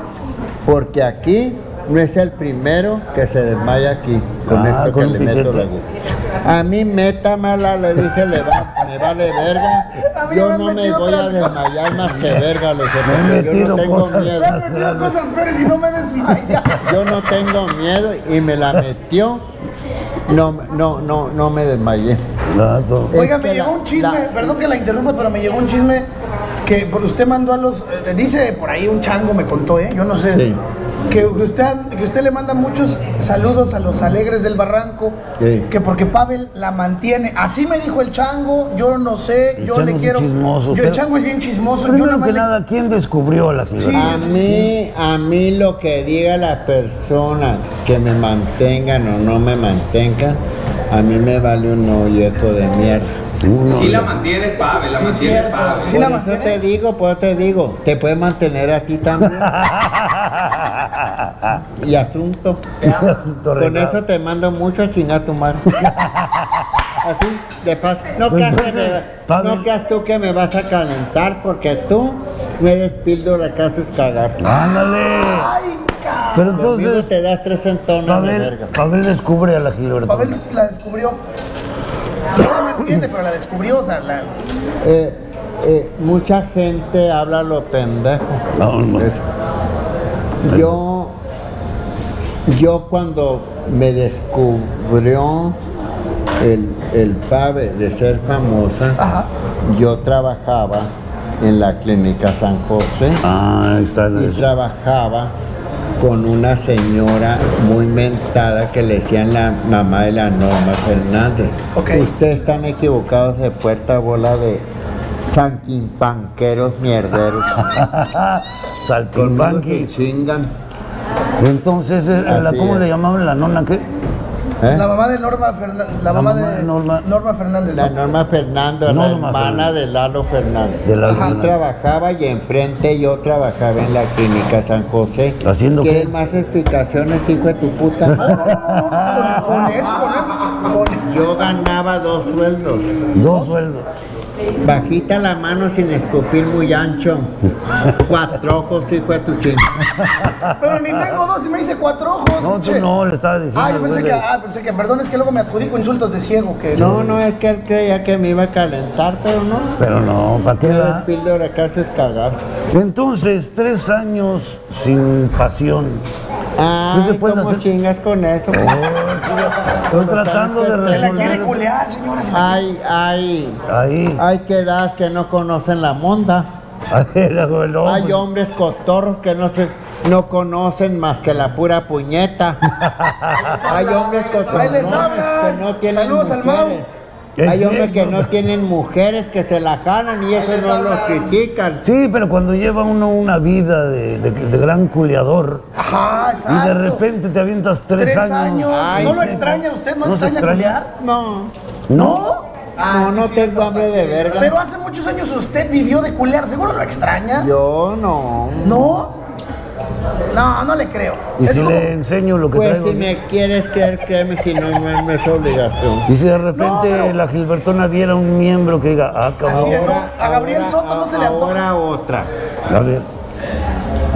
Speaker 1: porque aquí no es el primero que se desmaya aquí con
Speaker 4: Ah,
Speaker 1: esto
Speaker 4: con
Speaker 1: que
Speaker 4: un
Speaker 1: le meto
Speaker 4: piquete.
Speaker 1: la aguja. A mí métamala, le dije, le va, me vale verga.
Speaker 3: A mí me
Speaker 1: Yo
Speaker 3: han
Speaker 1: no me
Speaker 3: metido
Speaker 1: voy a
Speaker 3: otras cosas.
Speaker 1: desmayar más que verga, le dije,
Speaker 4: Me han
Speaker 1: porque yo no
Speaker 4: metido
Speaker 1: tengo
Speaker 4: cosas.
Speaker 1: miedo.
Speaker 3: Me han metido cosas peores y no me desmayé.
Speaker 1: Yo no tengo miedo y me la metió. No, no, no, no me desmayé.
Speaker 4: Claro.
Speaker 1: Eh,
Speaker 3: Oiga,
Speaker 1: Es que
Speaker 3: me llegó
Speaker 1: la-
Speaker 3: un chisme,
Speaker 1: la-
Speaker 3: perdón que la interrumpa, pero me llegó un chisme que por- usted mandó a los, eh, dice por ahí un chango me contó, ¿eh? Yo no sé.
Speaker 1: Sí.
Speaker 3: Que usted, que usted le manda muchos saludos a los alegres del barranco,
Speaker 1: Sí.
Speaker 3: que porque Pavel la mantiene. Así me dijo el chango, yo no sé,
Speaker 4: El
Speaker 3: yo
Speaker 4: chango
Speaker 3: le
Speaker 4: es
Speaker 3: quiero.
Speaker 4: chismoso,
Speaker 3: yo,
Speaker 4: pero-
Speaker 3: el chango es bien chismoso. Yo
Speaker 4: Primero
Speaker 3: nomás
Speaker 4: que
Speaker 3: le-
Speaker 4: nada, ¿quién descubrió a la Gilbertona?
Speaker 1: A mí, a mí lo que diga la persona que me mantengan o no me mantengan, a mí me vale un hoyo hijo de mierda.
Speaker 4: Uno,
Speaker 6: Sí la mantienes, Pave, la mantienes, Pave.
Speaker 3: ¿Sí la
Speaker 1: Por eso te
Speaker 3: mantiene?
Speaker 1: digo, por eso te digo, te puede mantener a ti también y asunto. Con
Speaker 4: Torrenado.
Speaker 1: eso te mando mucho a chingar tu madre. Así, de paz. No
Speaker 4: Pues
Speaker 1: creas, que
Speaker 4: entonces,
Speaker 1: me,
Speaker 4: Pablo-
Speaker 1: no creas tú que me vas a calentar porque tú me eres píldora que haces cagar.
Speaker 4: Ándale. Pero
Speaker 1: Conmigo
Speaker 4: Ah, entonces,
Speaker 1: te das tres centones de
Speaker 4: Pavel,
Speaker 1: verga.
Speaker 4: Pavel descubre a la Gilbertona.
Speaker 3: Pavel la descubrió. No la mantiene, pero la descubrió, o sea, la...
Speaker 1: Eh, eh, mucha gente habla lo pendejo.
Speaker 4: No, no.
Speaker 1: Yo, yo cuando me descubrió el, el padre de ser famosa, yo trabajaba en la clínica San José
Speaker 4: Ah, ahí está la
Speaker 1: y
Speaker 4: de-
Speaker 1: trabajaba con una señora muy mentada que le decían la mamá de la Norma Fernández.
Speaker 3: Ok.
Speaker 1: Ustedes están equivocados de puerta bola de sanquimpanqueros mierderos. Conmigo se
Speaker 4: Saltimbanqui.
Speaker 1: chingan.
Speaker 4: Entonces, eh, la-
Speaker 1: Así
Speaker 4: ¿cómo
Speaker 1: es.
Speaker 4: le llamaban la nona qué?
Speaker 1: ¿eh?
Speaker 3: La mamá de Norma Fernández. La mamá de Norma, Fernández.
Speaker 1: La
Speaker 3: ¿no?
Speaker 1: Norma Fernando, la
Speaker 4: Norma
Speaker 1: hermana
Speaker 4: Fernández.
Speaker 1: de Lalo Fernández.
Speaker 4: De Lalo
Speaker 1: Ajá.
Speaker 4: Fernández.
Speaker 1: trabajaba y enfrente yo trabajaba en la clínica San José.
Speaker 4: ¿Haciendo
Speaker 1: ¿Quieres
Speaker 4: qué?
Speaker 1: más explicaciones, hijo de tu puta? madre?
Speaker 3: Con, con eso, con eso. con-
Speaker 1: yo ganaba dos sueldos.
Speaker 4: Dos sueldos.
Speaker 1: Bajita la mano sin escupir muy ancho. Cuatro ojos, hijo de tu chingada.
Speaker 3: Pero ni tengo dos y me hice cuatro ojos.
Speaker 4: No, tú
Speaker 3: che.
Speaker 4: no, le estaba diciendo.
Speaker 3: Ah, yo
Speaker 4: al
Speaker 3: pensé
Speaker 4: güey
Speaker 3: que,
Speaker 4: de-
Speaker 3: ah, pensé que, perdón, es que luego me adjudico insultos de ciego, que
Speaker 1: No, no, es que él creía que me iba a calentar, pero no.
Speaker 4: Pero no, ¿para qué
Speaker 1: Eres
Speaker 4: la?
Speaker 1: píldora que haces cagar.
Speaker 4: Entonces, tres años sin pasión.
Speaker 1: Ah,
Speaker 4: se pueden
Speaker 1: ¿cómo
Speaker 4: hacer? Oh.
Speaker 1: chingas con eso?
Speaker 4: Estoy tratando de
Speaker 3: se la quiere
Speaker 4: resolver.
Speaker 3: culear, señora. se la-
Speaker 1: Ay, ay.
Speaker 4: Ahí.
Speaker 1: Hay quedas que no conocen la monda.
Speaker 3: Ah.
Speaker 4: Era el hombre.
Speaker 1: Hay hombres cotorros que no se no conocen más que la pura puñeta. Hay hombres cotorros
Speaker 3: les hablan.
Speaker 1: que no tienen
Speaker 3: Saludos al Mau.
Speaker 1: mujeres.
Speaker 4: Es
Speaker 1: Hay hombres que
Speaker 4: cierto.
Speaker 1: no tienen mujeres que se la jalan y eso no los critican.
Speaker 4: Sí, pero cuando lleva uno una vida de, de- de gran culeador
Speaker 3: Ajá, exacto.
Speaker 4: y de repente te avientas tres,
Speaker 3: Tres
Speaker 4: años.
Speaker 3: años.
Speaker 1: Ay,
Speaker 3: ¿No lo
Speaker 1: sí.
Speaker 3: extraña usted? ¿No,
Speaker 4: ¿No se
Speaker 3: extraña,
Speaker 4: extraña?
Speaker 3: culear?
Speaker 1: No,
Speaker 4: ¿No? Ah,
Speaker 3: Ah,
Speaker 1: no, no tengo hambre de verga.
Speaker 3: Pero hace muchos años usted vivió de culear, ¿seguro lo extraña?
Speaker 1: Yo no.
Speaker 3: ¿No? No, no le creo.
Speaker 4: Y
Speaker 3: es
Speaker 4: si
Speaker 3: como...
Speaker 4: le enseño lo que
Speaker 1: Pues
Speaker 4: traigo.
Speaker 1: si me quieres creer, créeme, si no, no no es obligación.
Speaker 4: Y si de repente la Gilbertona viera un miembro que diga, ah,
Speaker 3: Así es.
Speaker 4: cabrón.
Speaker 3: a Gabriel Soto no se le antoja.
Speaker 1: Ahora otra.
Speaker 4: A ver,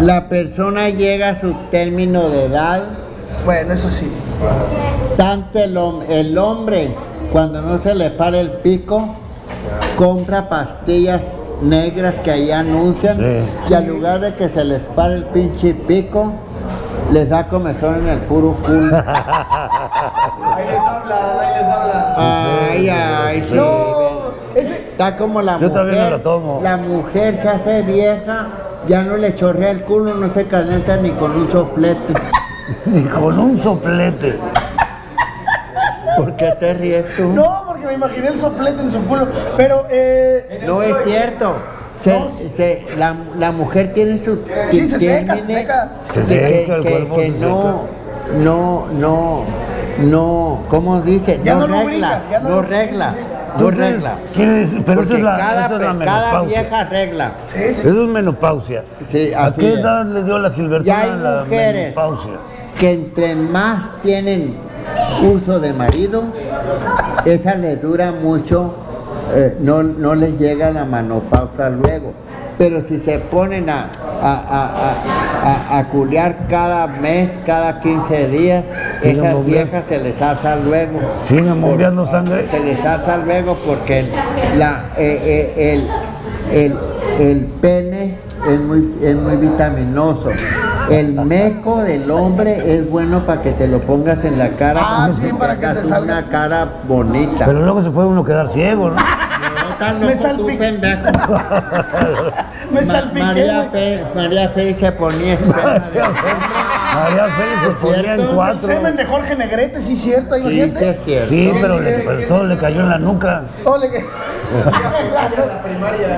Speaker 1: La persona llega a su término de edad
Speaker 3: Bueno, eso sí.
Speaker 1: Tanto el, hom- el hombre, cuando no se le para el pico, compra pastillas negras que ahí anuncian
Speaker 4: Sí.
Speaker 1: y al lugar de que se les para el pinche pico, les da comezón en el puro culo. Ahí les habla, ahí les habla. Ay, ay, sí.
Speaker 3: No, ese...
Speaker 1: Está como la
Speaker 4: Yo
Speaker 1: mujer.
Speaker 4: también me la tomo.
Speaker 1: La mujer se hace vieja, ya no le chorrea el culo, no se calienta ni con un soplete.
Speaker 4: y con un soplete.
Speaker 1: ¿Por qué te ríes tú?
Speaker 3: No, porque me imaginé el soplete en su culo. Pero, eh...
Speaker 1: No es cierto. Se- se- la, la mujer tiene su.
Speaker 3: Sí, se seca, se
Speaker 1: tiene-
Speaker 3: seca.
Speaker 4: Se
Speaker 1: que-
Speaker 4: seca, el
Speaker 1: que-
Speaker 4: cuerpo
Speaker 1: que
Speaker 4: se
Speaker 1: no, no, no, no. ¿Cómo dice?
Speaker 3: Ya
Speaker 1: no,
Speaker 3: no lubrica,
Speaker 1: regla.
Speaker 3: ya no
Speaker 1: no,
Speaker 3: lubrica,
Speaker 1: regla.
Speaker 3: sí, sí.
Speaker 1: No
Speaker 4: Entonces,
Speaker 1: regla.
Speaker 4: quiere decir- pero eso
Speaker 1: Porque
Speaker 4: es la,
Speaker 1: cada,
Speaker 4: esa es la
Speaker 1: pe- cada
Speaker 4: menopausia.
Speaker 1: vieja regla.
Speaker 3: Sí, sí.
Speaker 4: Eso es menopausia.
Speaker 1: Sí,
Speaker 4: ¿A
Speaker 1: así
Speaker 4: qué
Speaker 1: es.
Speaker 4: edad le dio la
Speaker 1: Ya hay
Speaker 4: Gilbertona la
Speaker 1: mujeres.
Speaker 4: menopausia?
Speaker 1: Que entre más tienen uso de marido, esa les dura mucho, eh, no, no les llega la manopausa luego. Pero si se ponen a, a, a- a- a- a culear cada mes, cada 15 días,
Speaker 4: Sí,
Speaker 1: esas
Speaker 4: hombre.
Speaker 1: viejas se les alza luego.
Speaker 4: ¿Siguen bombeando sangre?
Speaker 1: Se les alza luego porque el, la, eh, eh, el, el- el pene es muy, es muy vitaminoso. El meco del hombre es bueno para que te lo pongas en la cara.
Speaker 3: Ah,
Speaker 1: cuando
Speaker 3: sí, para que
Speaker 1: tengas
Speaker 3: te salga.
Speaker 1: Una cara bonita.
Speaker 4: Pero luego se puede uno quedar ciego, ¿no?
Speaker 1: No tan
Speaker 3: Me
Speaker 1: loco tú,
Speaker 3: salpic-
Speaker 1: pendejo.
Speaker 3: Me
Speaker 1: Ma-
Speaker 3: salpiqué,
Speaker 1: Eh, María,
Speaker 3: güey.
Speaker 1: Fe- María Félix se ponía esperma de-
Speaker 4: María Félix se ponía en
Speaker 1: cierto?
Speaker 3: El semen
Speaker 4: cuatro.
Speaker 3: de Jorge Negrete, sí, cierto, ahí,
Speaker 1: Sí, sí
Speaker 3: imagínate.
Speaker 1: es cierto.
Speaker 4: Sí, pero,
Speaker 3: Sí,
Speaker 4: le-
Speaker 3: sí,
Speaker 4: pero
Speaker 3: sí.
Speaker 4: todo le cayó en la nuca.
Speaker 3: Todo le-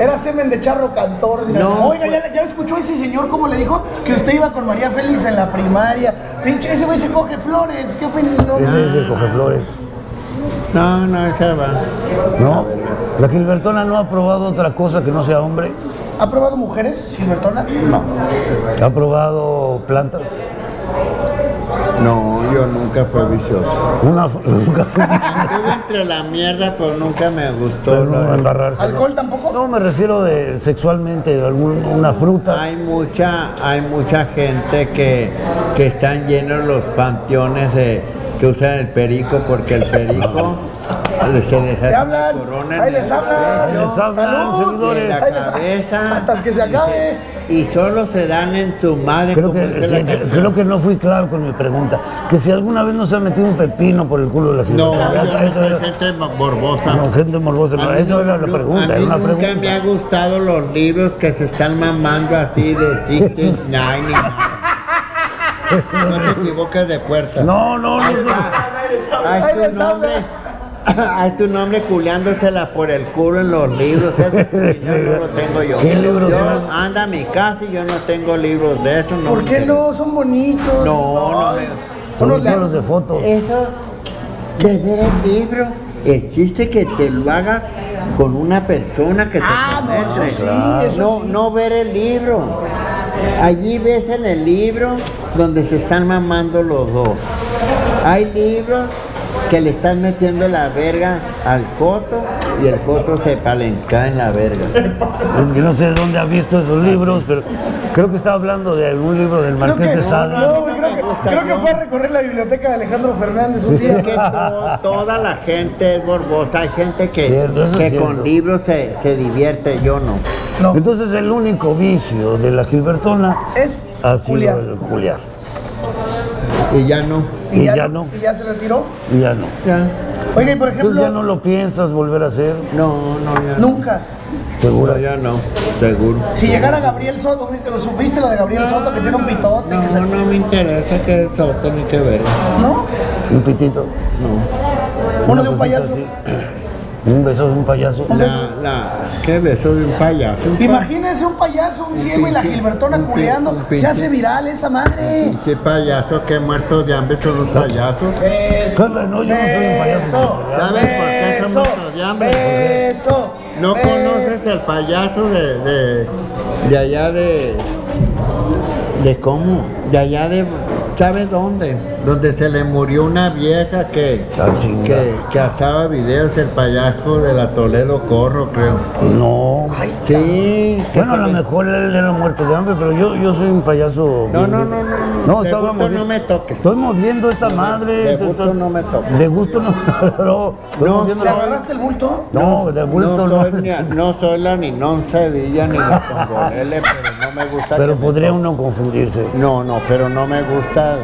Speaker 3: Era semen de charro cantor. dice.
Speaker 1: No, pues.
Speaker 3: Oiga, ya, ya escuchó ese señor cómo le dijo que usted iba con María Félix en la primaria. Pinche, ese güey se coge flores. ¿Qué opinan? No,
Speaker 4: Ese es el cogeflores.
Speaker 1: No, no, esa va.
Speaker 4: ¿No? La Gilbertona no ha probado otra cosa que no sea hombre.
Speaker 3: ¿Ha probado mujeres, Gilbertona?
Speaker 1: No,
Speaker 4: Ha probado plantas.
Speaker 1: no, yo nunca fui vicioso.
Speaker 4: Una f- nunca fue
Speaker 1: Estuve entre la mierda, pero nunca me gustó.
Speaker 4: pero no
Speaker 1: lo de-
Speaker 4: embarrarse.
Speaker 3: ¿Alcohol tampoco?
Speaker 4: No, me refiero de sexualmente, algún, una fruta.
Speaker 1: Hay mucha, hay mucha gente que, que están llenos los panteones de que usan el perico porque el perico se les
Speaker 3: ¿Te
Speaker 1: hace
Speaker 3: hablan?
Speaker 1: una corona en
Speaker 3: Ahí les
Speaker 1: el
Speaker 3: hablan.
Speaker 4: Ahí les hablan,
Speaker 3: ¡Salud!
Speaker 4: seguidores.
Speaker 1: en la
Speaker 3: Ahí les-
Speaker 1: cabeza
Speaker 3: Hasta que se acabe.
Speaker 1: y solo se dan en su madre.
Speaker 4: Creo
Speaker 1: como
Speaker 4: que,
Speaker 1: dice
Speaker 4: sí,
Speaker 1: la
Speaker 4: que-
Speaker 1: canción.
Speaker 4: creo que no fui claro con mi pregunta. Que si alguna vez nos ha metido un pepino por el culo de la
Speaker 1: No,
Speaker 4: Gilbertona.
Speaker 1: yo
Speaker 4: Eso-
Speaker 1: no
Speaker 4: eso
Speaker 1: soy
Speaker 4: era-
Speaker 1: gente morbosa.
Speaker 4: no, gente morbosa.
Speaker 1: A
Speaker 4: no,
Speaker 1: mí
Speaker 4: eso
Speaker 1: no-
Speaker 4: era la
Speaker 1: yo-
Speaker 4: pregunta,
Speaker 1: a
Speaker 4: era
Speaker 1: mí
Speaker 4: una
Speaker 1: nunca me ha
Speaker 4: pregunta.
Speaker 1: gustado los libros que se están mamando así de Sixteen Nine. No te equivoques de puerta.
Speaker 4: No, no, no. no.
Speaker 1: Hay
Speaker 3: Ahí les
Speaker 1: Ah, tu nombre. Hay tu nombre culiándosela por el culo en los libros. ese yo no lo tengo yo.
Speaker 4: ¿Qué libros
Speaker 1: Yo-
Speaker 4: son?
Speaker 1: anda a mi casa y yo no tengo libros de eso.
Speaker 3: ¿Por qué no? Son bonitos.
Speaker 1: No, no
Speaker 3: Ay,
Speaker 1: me-
Speaker 3: no los
Speaker 4: Unos
Speaker 3: lean.
Speaker 4: libros de fotos.
Speaker 1: Eso de ver el libro. El chiste que te lo hagas con una persona que te
Speaker 3: Ah, no, eso
Speaker 1: conoce.
Speaker 3: sí, eso
Speaker 1: no,
Speaker 3: sí.
Speaker 1: no ver el libro. Allí ves en el libro donde se están mamando los dos. Hay libros que le están metiendo la verga al coto y el coto se palenca en la verga.
Speaker 4: Es que no sé dónde ha visto esos libros, pero creo que está hablando de algún libro del
Speaker 3: Creo
Speaker 4: Marqués
Speaker 3: que,
Speaker 4: de
Speaker 3: no,
Speaker 4: Sade.
Speaker 3: no, creo, que, creo que fue a recorrer la biblioteca de Alejandro Fernández un
Speaker 1: Es que
Speaker 3: día.
Speaker 1: to- toda la gente es borbosa, hay gente que,
Speaker 4: Cierto, eso es
Speaker 1: que
Speaker 4: cierto.
Speaker 1: con libros se, se divierte, yo no.
Speaker 3: No,
Speaker 4: Entonces el único vicio de la Gilbertona
Speaker 3: es
Speaker 4: ha sido
Speaker 3: Julián.
Speaker 4: el culiar.
Speaker 1: Y ya no.
Speaker 4: Y ya no.
Speaker 3: ¿Y ya se retiró?
Speaker 4: Y ya no.
Speaker 3: Oiga, y por
Speaker 4: Entonces ya no
Speaker 3: ejemplo,
Speaker 4: lo piensas volver a hacer,
Speaker 1: No, no, ya no.
Speaker 3: nunca.
Speaker 4: seguro.
Speaker 1: No, ya no, seguro.
Speaker 3: Si llegara Gabriel Soto, ¿lo supiste la de Gabriel Soto que tiene un pitote? que se-
Speaker 1: No, no me interesa que eso tiene que ver.
Speaker 3: ¿No?
Speaker 4: Un pitito.
Speaker 1: No.
Speaker 3: Uno de un
Speaker 4: cosita
Speaker 3: payaso.
Speaker 4: así. Un beso de un payaso.
Speaker 1: La, la, qué beso de un payaso. Un
Speaker 3: Imagínense un payaso, un ciego y la
Speaker 1: pinche-
Speaker 3: Gilbertona
Speaker 1: un pin-
Speaker 3: culeando.
Speaker 1: un
Speaker 3: Se
Speaker 1: pinche-
Speaker 3: hace viral esa madre.
Speaker 1: Qué payaso, qué muerto de hambre son los payasos.
Speaker 4: Carla, no, yo no soy un
Speaker 3: Beso,
Speaker 4: payaso.
Speaker 1: ¿Sabes por qué
Speaker 3: beso,
Speaker 1: somos los de hambre?
Speaker 3: beso.
Speaker 1: No
Speaker 3: beso.
Speaker 1: conoces el payaso de, de, de allá de. ¿De cómo? De allá de. ¿Sabes dónde? Donde se le murió una vieja que.
Speaker 4: Ah, chinga.
Speaker 1: Que, que asaba videos, el payaso de la Toledo Corro, creo.
Speaker 4: No.
Speaker 1: Sí.
Speaker 4: Bueno, a lo mejor él era muerto de hambre, pero yo, yo soy un payaso.
Speaker 1: No, no, no, no, no.
Speaker 4: No,
Speaker 1: De
Speaker 4: estábamos
Speaker 1: gusto
Speaker 4: vi-
Speaker 1: no me toques.
Speaker 4: Estamos viendo esta madre.
Speaker 1: de
Speaker 4: esto-
Speaker 1: gusto
Speaker 4: esto-
Speaker 1: no me toques.
Speaker 4: De gusto no. No, estamos viendo
Speaker 3: ¿Le
Speaker 4: la-
Speaker 3: agarraste el bulto?
Speaker 4: no, de gusto no.
Speaker 1: soy, ni, no soy la ni non Sevilla ni la Congolele, pero no me gusta.
Speaker 4: Pero
Speaker 1: que me
Speaker 4: podría uno confundirse.
Speaker 1: toquen. No, no, pero no me gusta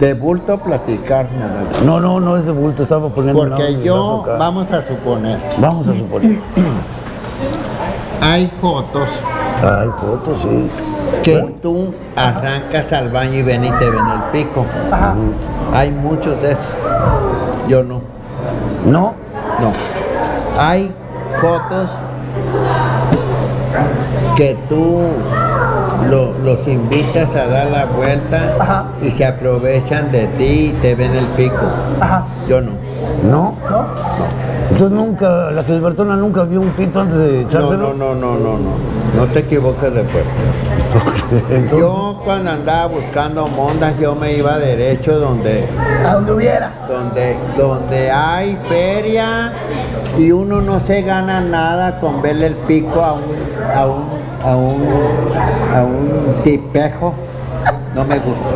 Speaker 1: de bulto platicar, no me gusta.
Speaker 4: No, no, no ese bulto estaba poniendo. nada más
Speaker 1: Porque
Speaker 4: mi
Speaker 1: yo,
Speaker 4: brazo acá.
Speaker 1: vamos a suponer,
Speaker 4: Vamos a suponer.
Speaker 1: hay fotos
Speaker 4: Ay, fotos, sí.
Speaker 1: que tú arrancas al baño y ven y te ven el pico.
Speaker 3: Ajá.
Speaker 1: Hay muchos de esos. Yo no.
Speaker 4: No,
Speaker 1: No. Hay fotos que tú lo- los invitas a dar la vuelta
Speaker 3: Ajá.
Speaker 1: y se aprovechan de ti y te ven el pico.
Speaker 3: Ajá.
Speaker 1: Yo no.
Speaker 4: no.
Speaker 3: ¿No?
Speaker 4: Entonces nunca, la Gilbertona nunca vio un pito antes de
Speaker 1: No,
Speaker 4: echárselo.
Speaker 1: no, no, no, no, no. No te equivoques después.
Speaker 4: Entonces,
Speaker 1: Yo cuando andaba buscando mondas, yo me iba derecho donde,
Speaker 3: A donde hubiera.
Speaker 1: donde, donde hay feria y uno no se gana nada con verle el pico a un, a un, a un, a un tipejo. No me gusta.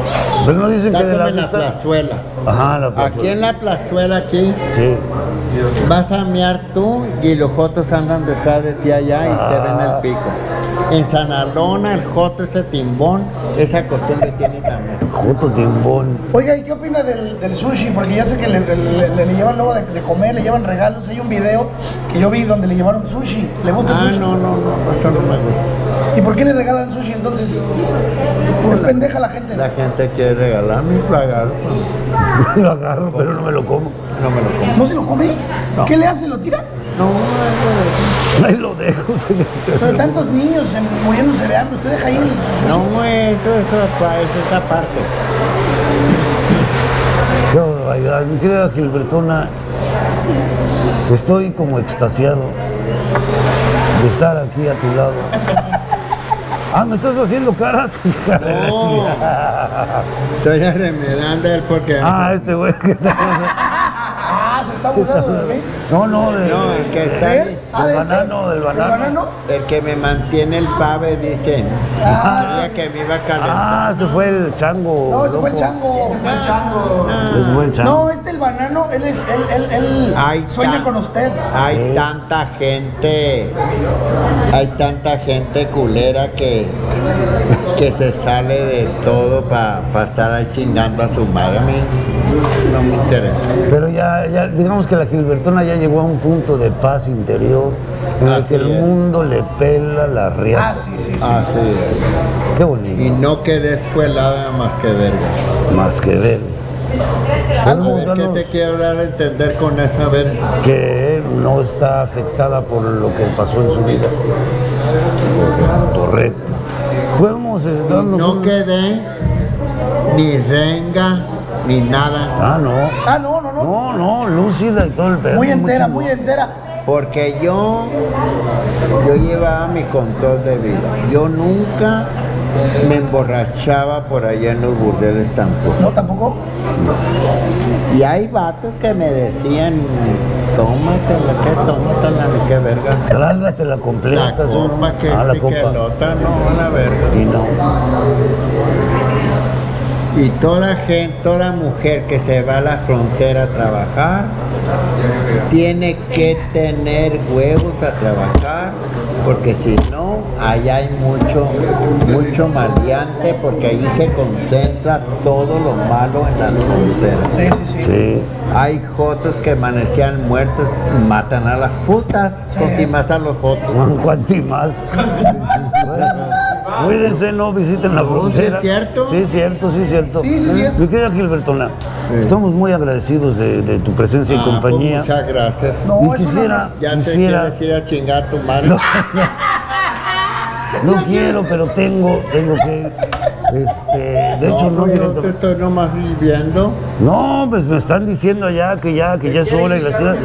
Speaker 4: Pero no dicen que de la
Speaker 1: Sácame la
Speaker 4: vista.
Speaker 1: plazuela.
Speaker 4: Ajá, la plaza.
Speaker 1: Aquí en la plazuela aquí
Speaker 4: Sí.
Speaker 1: vas a mear tú y los jotos andan detrás de ti allá y te ven
Speaker 4: Ah.
Speaker 1: el pico. En Sanalona el joto, ese timbón, esa costumbre tiene también.
Speaker 4: Joto timbón.
Speaker 3: Oiga, ¿y qué opina del, del sushi? Porque ya sé que le, le- le- le llevan luego de, de comer, le llevan regalos. Hay un video que yo vi donde le llevaron sushi. ¿Le gusta el
Speaker 1: Ah,
Speaker 3: sushi?
Speaker 1: no, no, no, eso no me gusta.
Speaker 3: ¿Y por qué le regalan sushi entonces? Es pendeja la gente.
Speaker 1: La gente quiere regalarme un regalo,
Speaker 4: Lo agarro, pero no me lo como.
Speaker 1: no me lo como.
Speaker 3: ¿No se lo come? ¿Qué le hace? ¿Lo tira?
Speaker 1: No, eso
Speaker 4: Ahí lo dejo.
Speaker 3: Pero tantos niños en- muriéndose de hambre. Usted deja ahí el sushi.
Speaker 1: es- no, eso, eso, eso es esa parte.
Speaker 4: Qué barbaridad. Mi querida Gilbertona, Estoy como extasiado de estar aquí a tu lado. Ah, ¿me estás haciendo caras? hija de la
Speaker 1: No.
Speaker 4: chingada?
Speaker 1: Estoy arremedando él porque.
Speaker 4: Ah, este güey que está...
Speaker 3: Ah, se está burlando de mí.
Speaker 4: No, no, de-
Speaker 1: No, el que está
Speaker 3: ¿Eh?
Speaker 1: ahí,
Speaker 3: Ah,
Speaker 4: Del
Speaker 3: de este.
Speaker 4: banano, del banano.
Speaker 1: el que me mantiene el pave, dice.
Speaker 3: Ah.
Speaker 1: Sabía que me iba a calentar.
Speaker 4: Ah, se fue el chango.
Speaker 3: No, ese fue el
Speaker 4: loco.
Speaker 3: chango. Ah. El chango.
Speaker 4: Ese fue el chango.
Speaker 3: No, este el banano, él es, él, él, él
Speaker 1: Ay,
Speaker 3: sueña
Speaker 1: ta-
Speaker 3: con usted.
Speaker 1: Hay
Speaker 4: Sí.
Speaker 1: tanta gente, hay tanta gente culera que, que se sale de todo para estar ahí chingando a su madre. A mí no me interesa.
Speaker 4: Pero ya, ya, digamos que la Gilbertona ya llegó a un punto de paz interior en el
Speaker 1: Así
Speaker 4: que el
Speaker 1: es.
Speaker 4: mundo le pela la riata.
Speaker 3: Ah, sí, sí, sí.
Speaker 1: Así es.
Speaker 4: Qué
Speaker 1: Y
Speaker 4: bonito.
Speaker 1: no quedé escuelada más que verga.
Speaker 4: Más que ver.
Speaker 1: A
Speaker 4: Algo,
Speaker 1: ver, ¿qué
Speaker 4: Carlos,
Speaker 1: te quiero dar a entender con esa verga?
Speaker 4: que no está afectada por lo que pasó en su vida. Correcto. Podemos eh, darnos
Speaker 1: No
Speaker 4: un-
Speaker 1: quedé ni renga ni nada,
Speaker 4: Ah, no.
Speaker 3: Ah, no, no, no.
Speaker 4: No, no, lúcida y todo el pedo.
Speaker 3: Muy entera,
Speaker 4: chingón.
Speaker 3: muy entera.
Speaker 1: porque yo yo llevaba mi control de vida. Yo nunca me emborrachaba por allá en los burdeles tampoco.
Speaker 3: No, tampoco.
Speaker 1: Y hay vatos que me decían, tómatela, que tómatela, ni qué verga.
Speaker 4: Trágatela completa.
Speaker 1: La
Speaker 4: sí.
Speaker 1: copa que
Speaker 4: Ah, la
Speaker 1: este, que el
Speaker 4: copa.
Speaker 1: otro, no, a la verga.
Speaker 4: Y no.
Speaker 1: Y toda gente, toda mujer que se va a la frontera a trabajar, tiene que tener huevos a trabajar, porque si no, allá hay mucho, mucho maleante, porque allí se concentra todo lo malo en la frontera.
Speaker 3: Sí, sí, sí.
Speaker 4: Sí.
Speaker 1: Hay jotos que amanecían muertos, matan a las putas, porque más a los jotos.
Speaker 4: Cuanti más. Bueno, Cuídense, no visiten la
Speaker 1: No, sí
Speaker 4: frontera.
Speaker 1: es cierto.
Speaker 4: Sí, es cierto, sí, es cierto.
Speaker 3: Sí, sí, sí es.
Speaker 4: Mi querida Gilbertona, estamos muy agradecidos de, de tu presencia y
Speaker 1: Ah, pues
Speaker 4: compañía.
Speaker 1: muchas gracias.
Speaker 3: No,
Speaker 4: y
Speaker 3: es una-
Speaker 4: quisiera,
Speaker 1: Ya te
Speaker 4: quisiera,
Speaker 1: quieres ir a chingar a tu madre.
Speaker 4: no quiero, pero tengo, tengo que, este, de hecho no,
Speaker 1: pues, yo
Speaker 4: directo-
Speaker 1: te estoy nomás viendo.
Speaker 4: no, pues me están diciendo allá que ya, que ya es hora y la chica,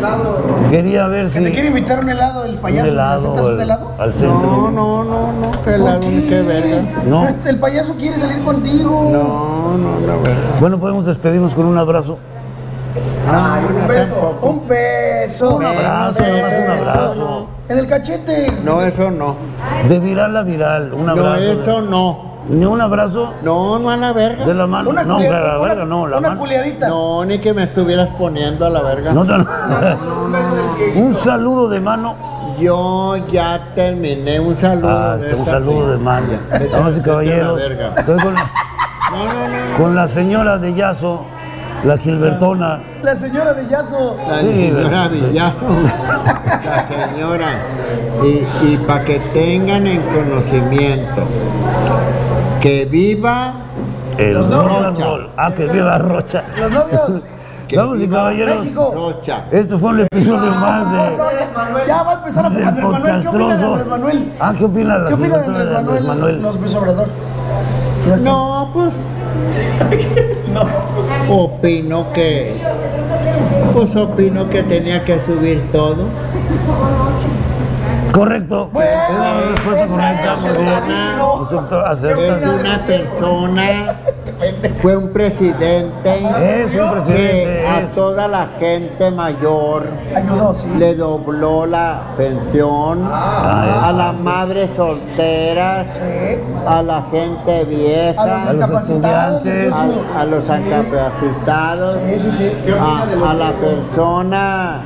Speaker 4: quería ver
Speaker 3: ¿Que
Speaker 4: si
Speaker 3: te quiere invitar un helado el
Speaker 4: un
Speaker 3: payaso? ¿Aceptas
Speaker 4: helado,
Speaker 3: un
Speaker 4: al-
Speaker 3: helado?
Speaker 4: al centro.
Speaker 1: No, no, no, no, que la
Speaker 3: ¿Por
Speaker 1: ni qué verga.
Speaker 4: No.
Speaker 3: Este, El payaso quiere salir contigo.
Speaker 1: No, no, la verga.
Speaker 4: Bueno, podemos despedirnos con un abrazo.
Speaker 1: No, no, tampoco.
Speaker 3: Un beso.
Speaker 4: Un abrazo,
Speaker 1: Beso,
Speaker 4: nomás un abrazo.
Speaker 3: En el cachete.
Speaker 1: No, eso no.
Speaker 4: De viral a viral, un
Speaker 1: No,
Speaker 4: abrazo.
Speaker 1: eso no.
Speaker 4: Ni un abrazo
Speaker 1: No, no a la
Speaker 4: de
Speaker 1: verga.
Speaker 4: la mano.
Speaker 3: Una
Speaker 4: no,
Speaker 3: culea-
Speaker 4: la
Speaker 3: una-
Speaker 4: verga, no, la
Speaker 3: una
Speaker 4: mano.
Speaker 3: culiadita.
Speaker 1: No, ni que me estuvieras poniendo a la verga.
Speaker 4: No, no, no. Un saludo de mano.
Speaker 1: Yo ya terminé. Un saludo.
Speaker 4: Ah,
Speaker 1: de
Speaker 4: este, un
Speaker 1: esta
Speaker 4: saludo de mano.
Speaker 1: señora. Vete-
Speaker 4: Damas y
Speaker 1: vete a la
Speaker 4: caballeros.
Speaker 1: verga.
Speaker 4: Estoy
Speaker 1: No, no,
Speaker 4: con,
Speaker 1: no. no.
Speaker 4: con la señora de Yazo, la Gilbertona.
Speaker 3: La señora de Yaso.
Speaker 1: La
Speaker 4: Sí,
Speaker 1: señora
Speaker 4: la-
Speaker 1: Villazo, la señora. Y, para que tengan en conocimiento que viva
Speaker 4: El rock and
Speaker 1: Rocha.
Speaker 4: roll. Ah, que viva Rocha.
Speaker 3: Los novios.
Speaker 1: Que
Speaker 4: Damas y
Speaker 1: viva
Speaker 4: caballeros.
Speaker 3: México.
Speaker 1: Rocha.
Speaker 4: Esto fue un episodio más
Speaker 3: No, no,
Speaker 4: de.
Speaker 3: ya, ya va a empezar a
Speaker 4: del
Speaker 3: Andrés Manuel. ¿Qué opina de
Speaker 4: podcastroso.
Speaker 3: Andrés Manuel?
Speaker 4: Ah, ¿qué opina la
Speaker 3: ¿Qué opina de
Speaker 4: Gilbertona
Speaker 3: Andrés Manuel? No, López Obrador.
Speaker 1: No, pues. Opino que. Pues opino que tenía que subir todo.
Speaker 4: Correcto.
Speaker 3: Bueno,
Speaker 4: Es la respuesta correcta,
Speaker 3: esa es
Speaker 4: muy bien.
Speaker 3: la
Speaker 1: respuesta.
Speaker 4: Acepto-
Speaker 1: Es
Speaker 4: acepta.
Speaker 1: una persona. Fue un presidente
Speaker 4: Es un
Speaker 1: que
Speaker 4: presidente.
Speaker 1: a
Speaker 4: es.
Speaker 1: toda la gente mayor
Speaker 3: Ayudó, sí.
Speaker 1: le dobló la pensión
Speaker 4: Ah,
Speaker 1: a las madres solteras,
Speaker 3: Sí.
Speaker 1: a la gente
Speaker 3: eh, A
Speaker 1: vieja,
Speaker 3: los
Speaker 4: los
Speaker 3: discapacitados. les dio
Speaker 4: estudiantes,
Speaker 3: su-
Speaker 1: a, a los
Speaker 3: Sí.
Speaker 1: incapacitados,
Speaker 3: Sí, sí, sí.
Speaker 1: a, a la persona,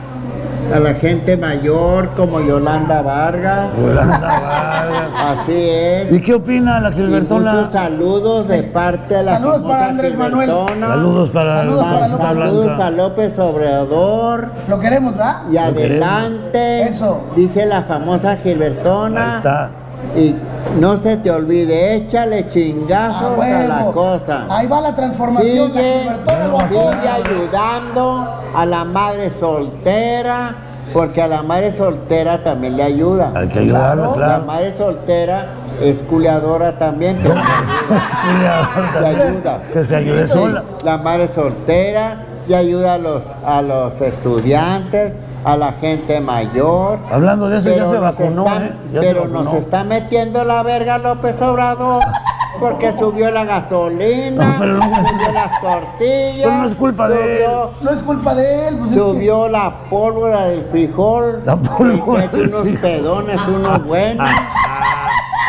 Speaker 1: a la gente mayor como Yolanda Vargas.
Speaker 4: Yolanda Vargas.
Speaker 1: Así es.
Speaker 4: ¿Y qué opina la
Speaker 1: Y
Speaker 4: Gilbertona?
Speaker 1: muchos saludos de parte de la
Speaker 3: Saludos
Speaker 1: famosa
Speaker 3: para Andrés Manuel.
Speaker 1: Gilbertona.
Speaker 4: Saludos para
Speaker 3: Saludos para
Speaker 4: López
Speaker 3: López.
Speaker 1: Saludos
Speaker 4: Blanca.
Speaker 1: para López Obrador.
Speaker 3: Lo queremos, ¿va?
Speaker 1: Y
Speaker 4: Lo queremos.
Speaker 1: adelante,
Speaker 3: Eso.
Speaker 1: dice la famosa
Speaker 4: Ahí
Speaker 1: Gilbertona.
Speaker 4: está.
Speaker 1: Y no se te olvide, échale chingazos
Speaker 3: Ah,
Speaker 1: a, la
Speaker 3: huevo.
Speaker 1: cosa.
Speaker 3: Ahí va la transformación. la
Speaker 1: Sigue,
Speaker 3: Gilbertona lo
Speaker 1: sigue
Speaker 3: apoya.
Speaker 1: ayudando a la madre soltera, porque a la madre soltera también le ayuda.
Speaker 4: Hay que ayudarla,
Speaker 1: La
Speaker 4: claro.
Speaker 1: madre soltera es culeadora también, pero
Speaker 4: Julia,
Speaker 1: le ayuda.
Speaker 4: Que se ayude
Speaker 1: Sí,
Speaker 4: sola.
Speaker 1: La madre soltera y ayuda a los, a los estudiantes, a la gente mayor.
Speaker 4: Hablando de eso, ya se
Speaker 1: nos
Speaker 4: vacunó,
Speaker 1: está-
Speaker 4: ¿eh? Ya se
Speaker 1: pero nos
Speaker 4: vacunó.
Speaker 1: está metiendo la verga López Obrador porque subió la gasolina,
Speaker 4: No, pero no-
Speaker 1: subió las tortillas.
Speaker 4: Pero no es culpa de él.
Speaker 1: subió-
Speaker 3: No es culpa de él, pues es que-
Speaker 1: Subió la pólvora del frijol.
Speaker 4: La
Speaker 1: Y
Speaker 4: pólvora
Speaker 1: mete
Speaker 4: del
Speaker 1: unos
Speaker 4: frijol.
Speaker 1: pedones, unos buenos.
Speaker 4: Ah.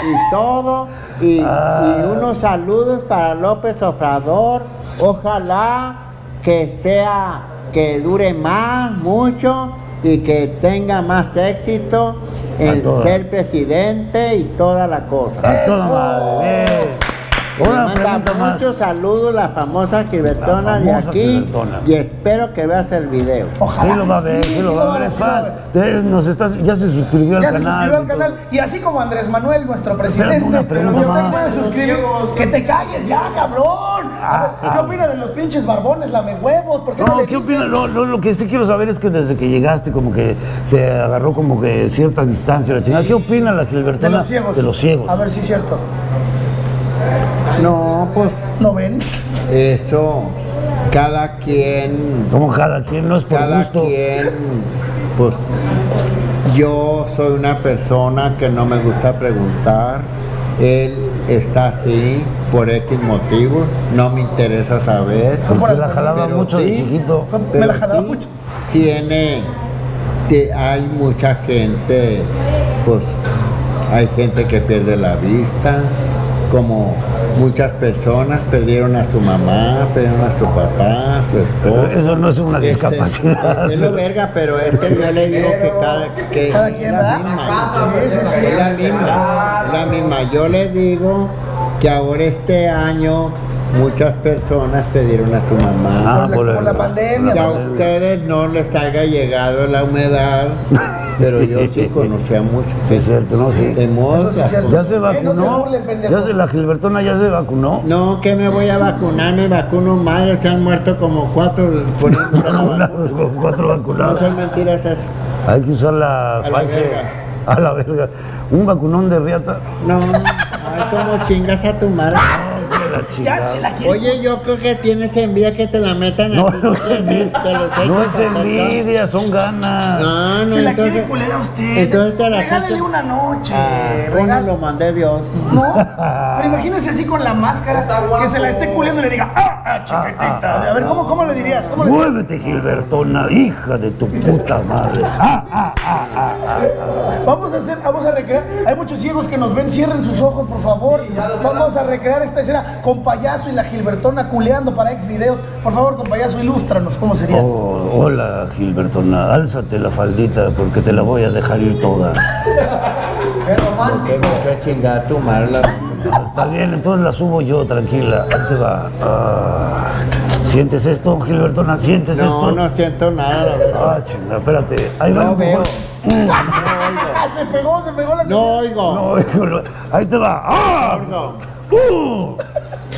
Speaker 1: y todo. Y,
Speaker 4: Ah.
Speaker 1: y unos saludos para López Obrador. Ojalá que sea, que dure más, mucho. Y que tenga más éxito en
Speaker 4: toda.
Speaker 1: ser presidente y toda la cosa.
Speaker 4: A toda madre. bien.
Speaker 1: Le
Speaker 4: Una
Speaker 1: manda
Speaker 4: pregunta más.
Speaker 1: muchos saludos la famosa Gilbertona de
Speaker 4: famosa
Speaker 1: aquí.
Speaker 4: Gilbertona.
Speaker 1: Y espero que veas el video.
Speaker 4: Sí
Speaker 3: Ojalá
Speaker 4: lo
Speaker 3: que
Speaker 4: va a ver, sí, lo va a ver, es
Speaker 3: sí lo va a
Speaker 4: fan. Eh, Nos estás, ya se suscribió al
Speaker 3: Ya se
Speaker 4: canal.
Speaker 3: suscribió al
Speaker 4: y todo.
Speaker 3: canal. Y así como Andrés Manuel, nuestro presidente,
Speaker 4: una pregunta
Speaker 3: usted
Speaker 4: más.
Speaker 3: puede suscribir. ¡Que te calles ya, cabrón! A ver, ¿Qué opinas de los pinches barbones, lame huevos? ¿Por qué no,
Speaker 4: Ah, No,
Speaker 3: le
Speaker 4: ¿qué
Speaker 3: dicen?
Speaker 4: opinas? No, no, lo que sí quiero saber es que desde que llegaste como que te agarró como que cierta distancia la chingada. ¿Qué opina la
Speaker 3: De
Speaker 4: Gilbertona
Speaker 3: los ciegos.
Speaker 4: De los ciegos.
Speaker 3: A ver si es cierto.
Speaker 1: No, pues
Speaker 3: ¿No ven?
Speaker 1: Eso, cada quien,
Speaker 4: Como cada quien, no es por
Speaker 1: cada
Speaker 4: gusto.
Speaker 1: quien, pues yo soy una persona que no me gusta preguntar, él está así por X motivos, no me interesa saber.
Speaker 4: Porque
Speaker 3: Por
Speaker 4: se la
Speaker 3: el-
Speaker 4: jalaba
Speaker 1: pero
Speaker 4: mucho de
Speaker 1: sí.
Speaker 4: chiquito.
Speaker 3: Fue- me
Speaker 1: Pero
Speaker 3: la jalaba
Speaker 1: sí
Speaker 3: mucho.
Speaker 1: Tiene, que hay mucha gente, pues hay gente que pierde la vista, como muchas personas perdieron a su mamá, perdieron a su papá, a su
Speaker 4: Pero
Speaker 1: esposo.
Speaker 4: eso no es una
Speaker 1: Este,
Speaker 4: discapacidad.
Speaker 1: es lo verga, pero este yo le digo que cada, que
Speaker 3: Cada
Speaker 1: es
Speaker 3: quien,
Speaker 1: la
Speaker 3: ¿verdad?
Speaker 1: misma.
Speaker 3: Sí, sí, sí.
Speaker 1: Es la misma. Es la misma. Yo le digo que ahora este año muchas personas pidieron a su mamá.
Speaker 4: Ah,
Speaker 3: por, la,
Speaker 4: por el-
Speaker 3: por la pandemia.
Speaker 1: Que a
Speaker 3: por-
Speaker 1: ustedes no les haya llegado la humedad, pero yo sí conocía mucho.
Speaker 4: Sí, es cierto, ¿no? Sí.
Speaker 1: De modo
Speaker 3: Eso sí es
Speaker 1: que-
Speaker 3: cierto.
Speaker 4: Ya se
Speaker 3: Eh, no se
Speaker 4: vacunó.
Speaker 3: burlen, pendejo.
Speaker 4: Ya se, la Gilbertona ya se vacunó.
Speaker 1: No, que me voy a vacunar, me vacuno mal, se han muerto como cuatro. por eso no se vacunan.
Speaker 4: Vacunados, con cuatro
Speaker 1: No son
Speaker 4: vacunados.
Speaker 1: mentiras esas.
Speaker 4: Hay que usar la
Speaker 1: la
Speaker 4: Pfizer.
Speaker 1: verga.
Speaker 4: A la verga. Un vacunón de riata.
Speaker 1: No, ay, como chingas a tu madre.
Speaker 4: Ay, la
Speaker 3: Ya
Speaker 4: chingada.
Speaker 3: se la quiere.
Speaker 1: Oye, yo creo que tienes envidia que te la metan
Speaker 4: No,
Speaker 1: aquí.
Speaker 4: no es
Speaker 1: Te los
Speaker 4: envidia.
Speaker 1: echan
Speaker 4: No es
Speaker 1: para atrás.
Speaker 4: envidia, son ganas.
Speaker 1: No, no,
Speaker 3: se la
Speaker 1: entonces,
Speaker 3: quiere culera a usted. eh,
Speaker 1: Entonces te la
Speaker 3: Regálele
Speaker 1: sacas.
Speaker 3: una noche.
Speaker 1: Ah,
Speaker 3: regá-
Speaker 1: bueno, lo mandé Dios.
Speaker 3: No, pero imagínese así con la máscara que se la esté culiendo y le diga, ah, ah, chiquitita. a ver, ¿cómo, ¿cómo le dirías? ¿Cómo le dirías?
Speaker 4: ah. Muévete, Gilbertona, hija de tu puta madre. Ah, ah, ah, ah, ah.
Speaker 3: Vamos a hacer, vamos a recrear. Hay muchos ciegos que nos ven, cierren sus ojos, por favor. Vamos a recrear esta escena con payaso y la Gilbertona culeando para ex videos. Por favor, con payaso, ilústranos cómo sería.
Speaker 4: Oh, hola, Gilbertona, álzate la faldita porque te la voy a dejar ir toda.
Speaker 1: Porque me fue a chingar a tu madre. la-
Speaker 4: Está bien, entonces la subo yo, tranquila. Ahí te va. Ah. ¿Sientes esto, Gilbertona? ¿Sientes
Speaker 1: No,
Speaker 4: esto?
Speaker 1: no siento nada, la verdad.
Speaker 4: Ah, chinga, espérate. Ahí va.
Speaker 1: No
Speaker 4: un poco.
Speaker 3: Ah, se pegó, se pegó la
Speaker 1: No
Speaker 3: señora.
Speaker 1: oigo.
Speaker 4: No, hijo, no. ahí te va. ¡Ah!
Speaker 1: No oigo.
Speaker 4: ¡Uh!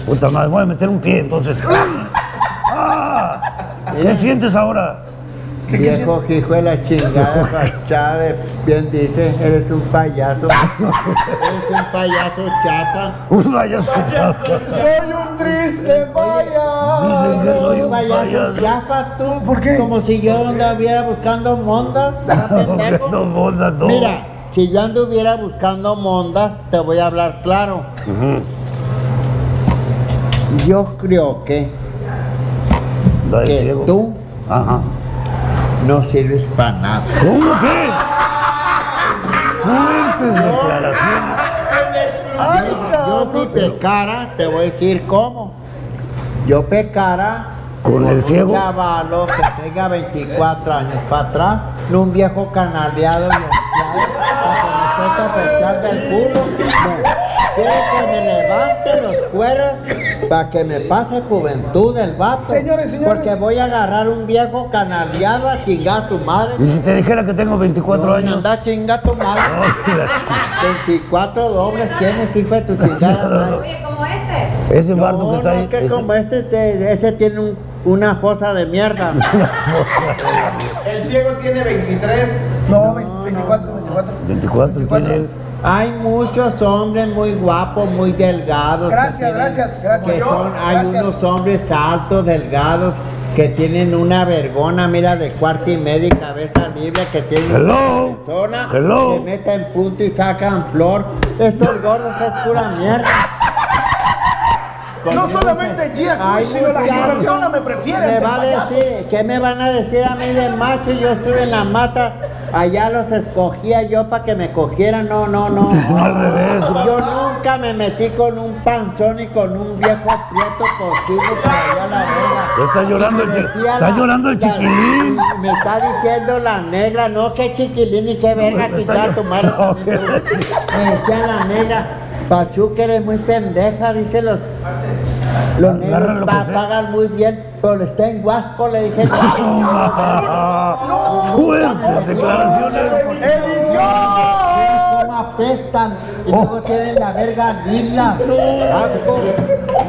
Speaker 4: Puta madre, voy a meter un pie entonces. ¡Ah! ¿Qué sientes ahora?
Speaker 1: Viejo hijo de la chingada, fachada de- bien dice, eres un payaso. eres un payaso chapa.
Speaker 4: Un payaso chafa.
Speaker 3: Soy un triste
Speaker 4: Dicen que
Speaker 3: payaso.
Speaker 4: soy
Speaker 1: Un
Speaker 4: un
Speaker 1: payaso
Speaker 4: payaso.
Speaker 1: chapa tú.
Speaker 3: ¿Por qué?
Speaker 1: Como si yo anduviera buscando mondas. ¿no, pendejo?
Speaker 4: No, boda, no.
Speaker 1: Mira, si yo anduviera buscando mondas, te voy a hablar claro. Yo creo que
Speaker 4: La de
Speaker 1: que
Speaker 4: ciego.
Speaker 1: tú.
Speaker 4: Ajá.
Speaker 1: no sirves para nada.
Speaker 4: ¿Cómo que? Fuertes declaraciones.
Speaker 3: Ay,
Speaker 1: Yo si
Speaker 3: cabrón.
Speaker 1: pecara, te voy a decir cómo. Yo pecara
Speaker 4: ¿Con el
Speaker 1: un
Speaker 4: ciego?
Speaker 1: chavalo que tenga 24 años para atrás, no un viejo canaleado y honqueado, para que me esté del culo. No. Quiero que me levante los cueros para que me pase juventud el vato.
Speaker 3: Señores, señores.
Speaker 1: Porque voy a agarrar un viejo canaleado a chingar a tu madre.
Speaker 4: Y si te dijera que tengo 24
Speaker 1: No,
Speaker 4: años.
Speaker 1: Anda a chingar a tu madre.
Speaker 4: Hostia, la chica.
Speaker 1: 24 dobles tienes, hijo de tu chingada madre.
Speaker 7: Oye, como este.
Speaker 4: Ese
Speaker 1: No,
Speaker 4: barco que
Speaker 1: no,
Speaker 4: está ahí.
Speaker 1: que
Speaker 4: ese-
Speaker 1: como este, te- ese tiene un- una fosa de mierda.
Speaker 2: El ciego tiene 23.
Speaker 3: No, 24, 24.
Speaker 4: 24 tiene él.
Speaker 1: Hay muchos hombres muy guapos, muy delgados. que
Speaker 3: Gracias,
Speaker 1: tienen-
Speaker 3: gracias, gracias.
Speaker 1: que son- hay
Speaker 3: Gracias.
Speaker 1: unos hombres altos, delgados, que tienen una vergona, mira, de cuarta y media y cabeza libre, que tienen
Speaker 4: Hello.
Speaker 1: una persona
Speaker 4: Hello.
Speaker 1: que meten punto y sacan flor. Estos gordos es pura mierda.
Speaker 3: No solamente Gia Cruz,
Speaker 1: Ay,
Speaker 3: sino la
Speaker 1: muchacho,
Speaker 3: Gibernona me prefieren,
Speaker 1: Me
Speaker 3: del
Speaker 1: va a
Speaker 3: payaso.
Speaker 1: decir, ¿qué me van a decir a mí de macho? Yo estuve en la mata, allá los escogía yo para que me cogieran. No, no, no.
Speaker 4: No, al revés.
Speaker 1: Yo nunca me metí con un panzón y con un viejo aprieto cochino para allá a la verga.
Speaker 4: Está llorando el, chi-
Speaker 1: Decía
Speaker 4: está
Speaker 1: la-
Speaker 4: llorando el
Speaker 1: la-
Speaker 4: chiquilín.
Speaker 1: Me está diciendo la negra, no, que chiquilín y que verga,
Speaker 4: Está
Speaker 1: chica, tu madre
Speaker 4: llorando.
Speaker 1: también tú. Me decía la negra, Pachuca eres muy pendeja, dice los. Los
Speaker 4: Agarra
Speaker 1: negros
Speaker 4: lo que
Speaker 1: pa-
Speaker 4: sea.
Speaker 1: pagan muy bien, pero está en Huasco, le dije.
Speaker 4: Fuertes declaraciones.
Speaker 3: ¡Edición!
Speaker 1: ¿Cómo apestan? Y
Speaker 4: Oh.
Speaker 1: luego tienen la verga lila, blanco,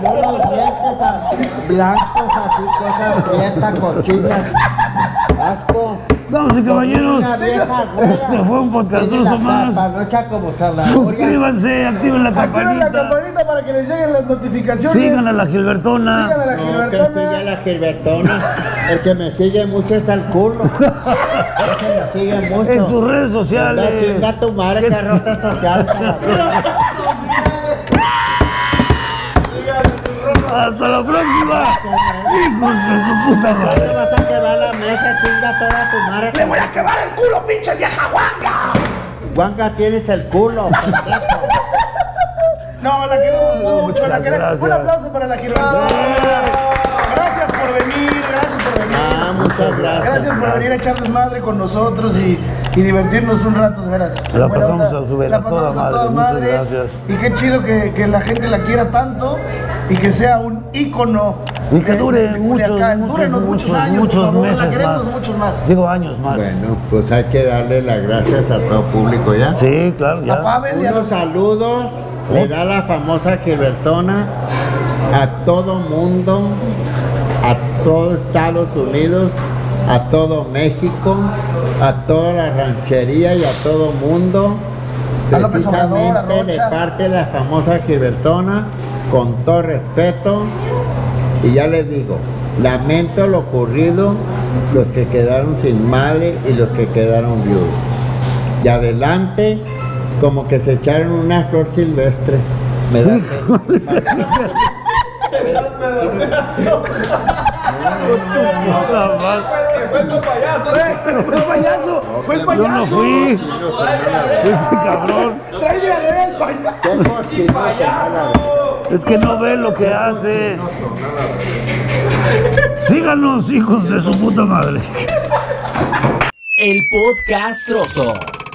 Speaker 1: no los dientes a- blancos, así, cosas prietas, cochinas. Asco.
Speaker 4: Damas y caballeros, este fue un podcastoso más. Suscríbanse, activen la
Speaker 3: Activen la
Speaker 4: campanita.
Speaker 3: campanita para que les lleguen las notificaciones.
Speaker 4: Sigan a la Gilbertona.
Speaker 3: Sigan a la
Speaker 1: No, que
Speaker 3: Gilbertona.
Speaker 1: sigue la Gilbertona. El que me sigue mucho es al culo. El que me sigue mucho.
Speaker 4: En tus redes sociales.
Speaker 1: Anda, chinga tu madre,
Speaker 4: ¿Qué-
Speaker 1: que rosa social.
Speaker 4: Hasta la próxima. Hijos de su puta madre.
Speaker 1: ¿Cuándo vas a quebrar la mesa? Chinga toda tu madre. ¡Le voy a quebrar el culo, pinche vieja guanga! Guanga tienes el culo. pendejo.
Speaker 3: No, la queremos mucho. La
Speaker 4: Muchas
Speaker 3: queremos. Un
Speaker 4: gracias.
Speaker 3: aplauso para la Gilbertona. Gracias por venir, gracias por venir.
Speaker 1: Ah, muchas gracias.
Speaker 3: Gracias por venir a echar desmadre con nosotros y, y divertirnos un rato, de veras.
Speaker 4: La
Speaker 3: Buena
Speaker 4: pasamos
Speaker 3: onda.
Speaker 4: a su vera,
Speaker 3: La pasamos
Speaker 4: toda
Speaker 3: a toda
Speaker 4: madre,
Speaker 3: madre.
Speaker 4: muchas gracias.
Speaker 3: Y qué chido que, que la gente la quiera tanto y que sea un ícono.
Speaker 4: Y que
Speaker 3: de-
Speaker 4: dure
Speaker 3: de- de
Speaker 4: muchos,
Speaker 3: Culiacán.
Speaker 4: muchos,
Speaker 3: Dúrenos muchos, años,
Speaker 4: muchos
Speaker 3: por favor, la
Speaker 4: meses
Speaker 3: queremos
Speaker 4: más.
Speaker 3: muchos más.
Speaker 4: Digo años más.
Speaker 1: Bueno, pues hay que darle las gracias a todo público ya. ¿Eh?
Speaker 4: Sí, claro,
Speaker 3: A
Speaker 4: ya.
Speaker 3: Pavel y a
Speaker 1: Unos
Speaker 3: los-
Speaker 1: saludos le da la famosa Gilbertona a todo mundo, a todo Estados Unidos, a todo México, a toda la ranchería y a todo mundo.
Speaker 3: A López Obrador, a
Speaker 1: Precisamente de
Speaker 3: Rocha.
Speaker 1: parte de la famosa Gilbertona, con todo respeto. Y ya les digo, lamento lo ocurrido, los que quedaron sin madre y los que quedaron viudos y adelante como que se echaron una flor silvestre. Me da pena. No, no, no, no.
Speaker 4: Puta madre.
Speaker 6: Que fue tu payaso.
Speaker 3: Fue el payaso, fue el
Speaker 4: Yo no
Speaker 3: payaso.
Speaker 4: fui,
Speaker 1: Cochinos, señora.
Speaker 4: este cabrón.
Speaker 3: Trae diarrea el payaso.
Speaker 1: Qué cochinos, señora.
Speaker 4: Es que no ve lo que hace. Síganos, hijos de su puta madre.
Speaker 5: El podcast trozo.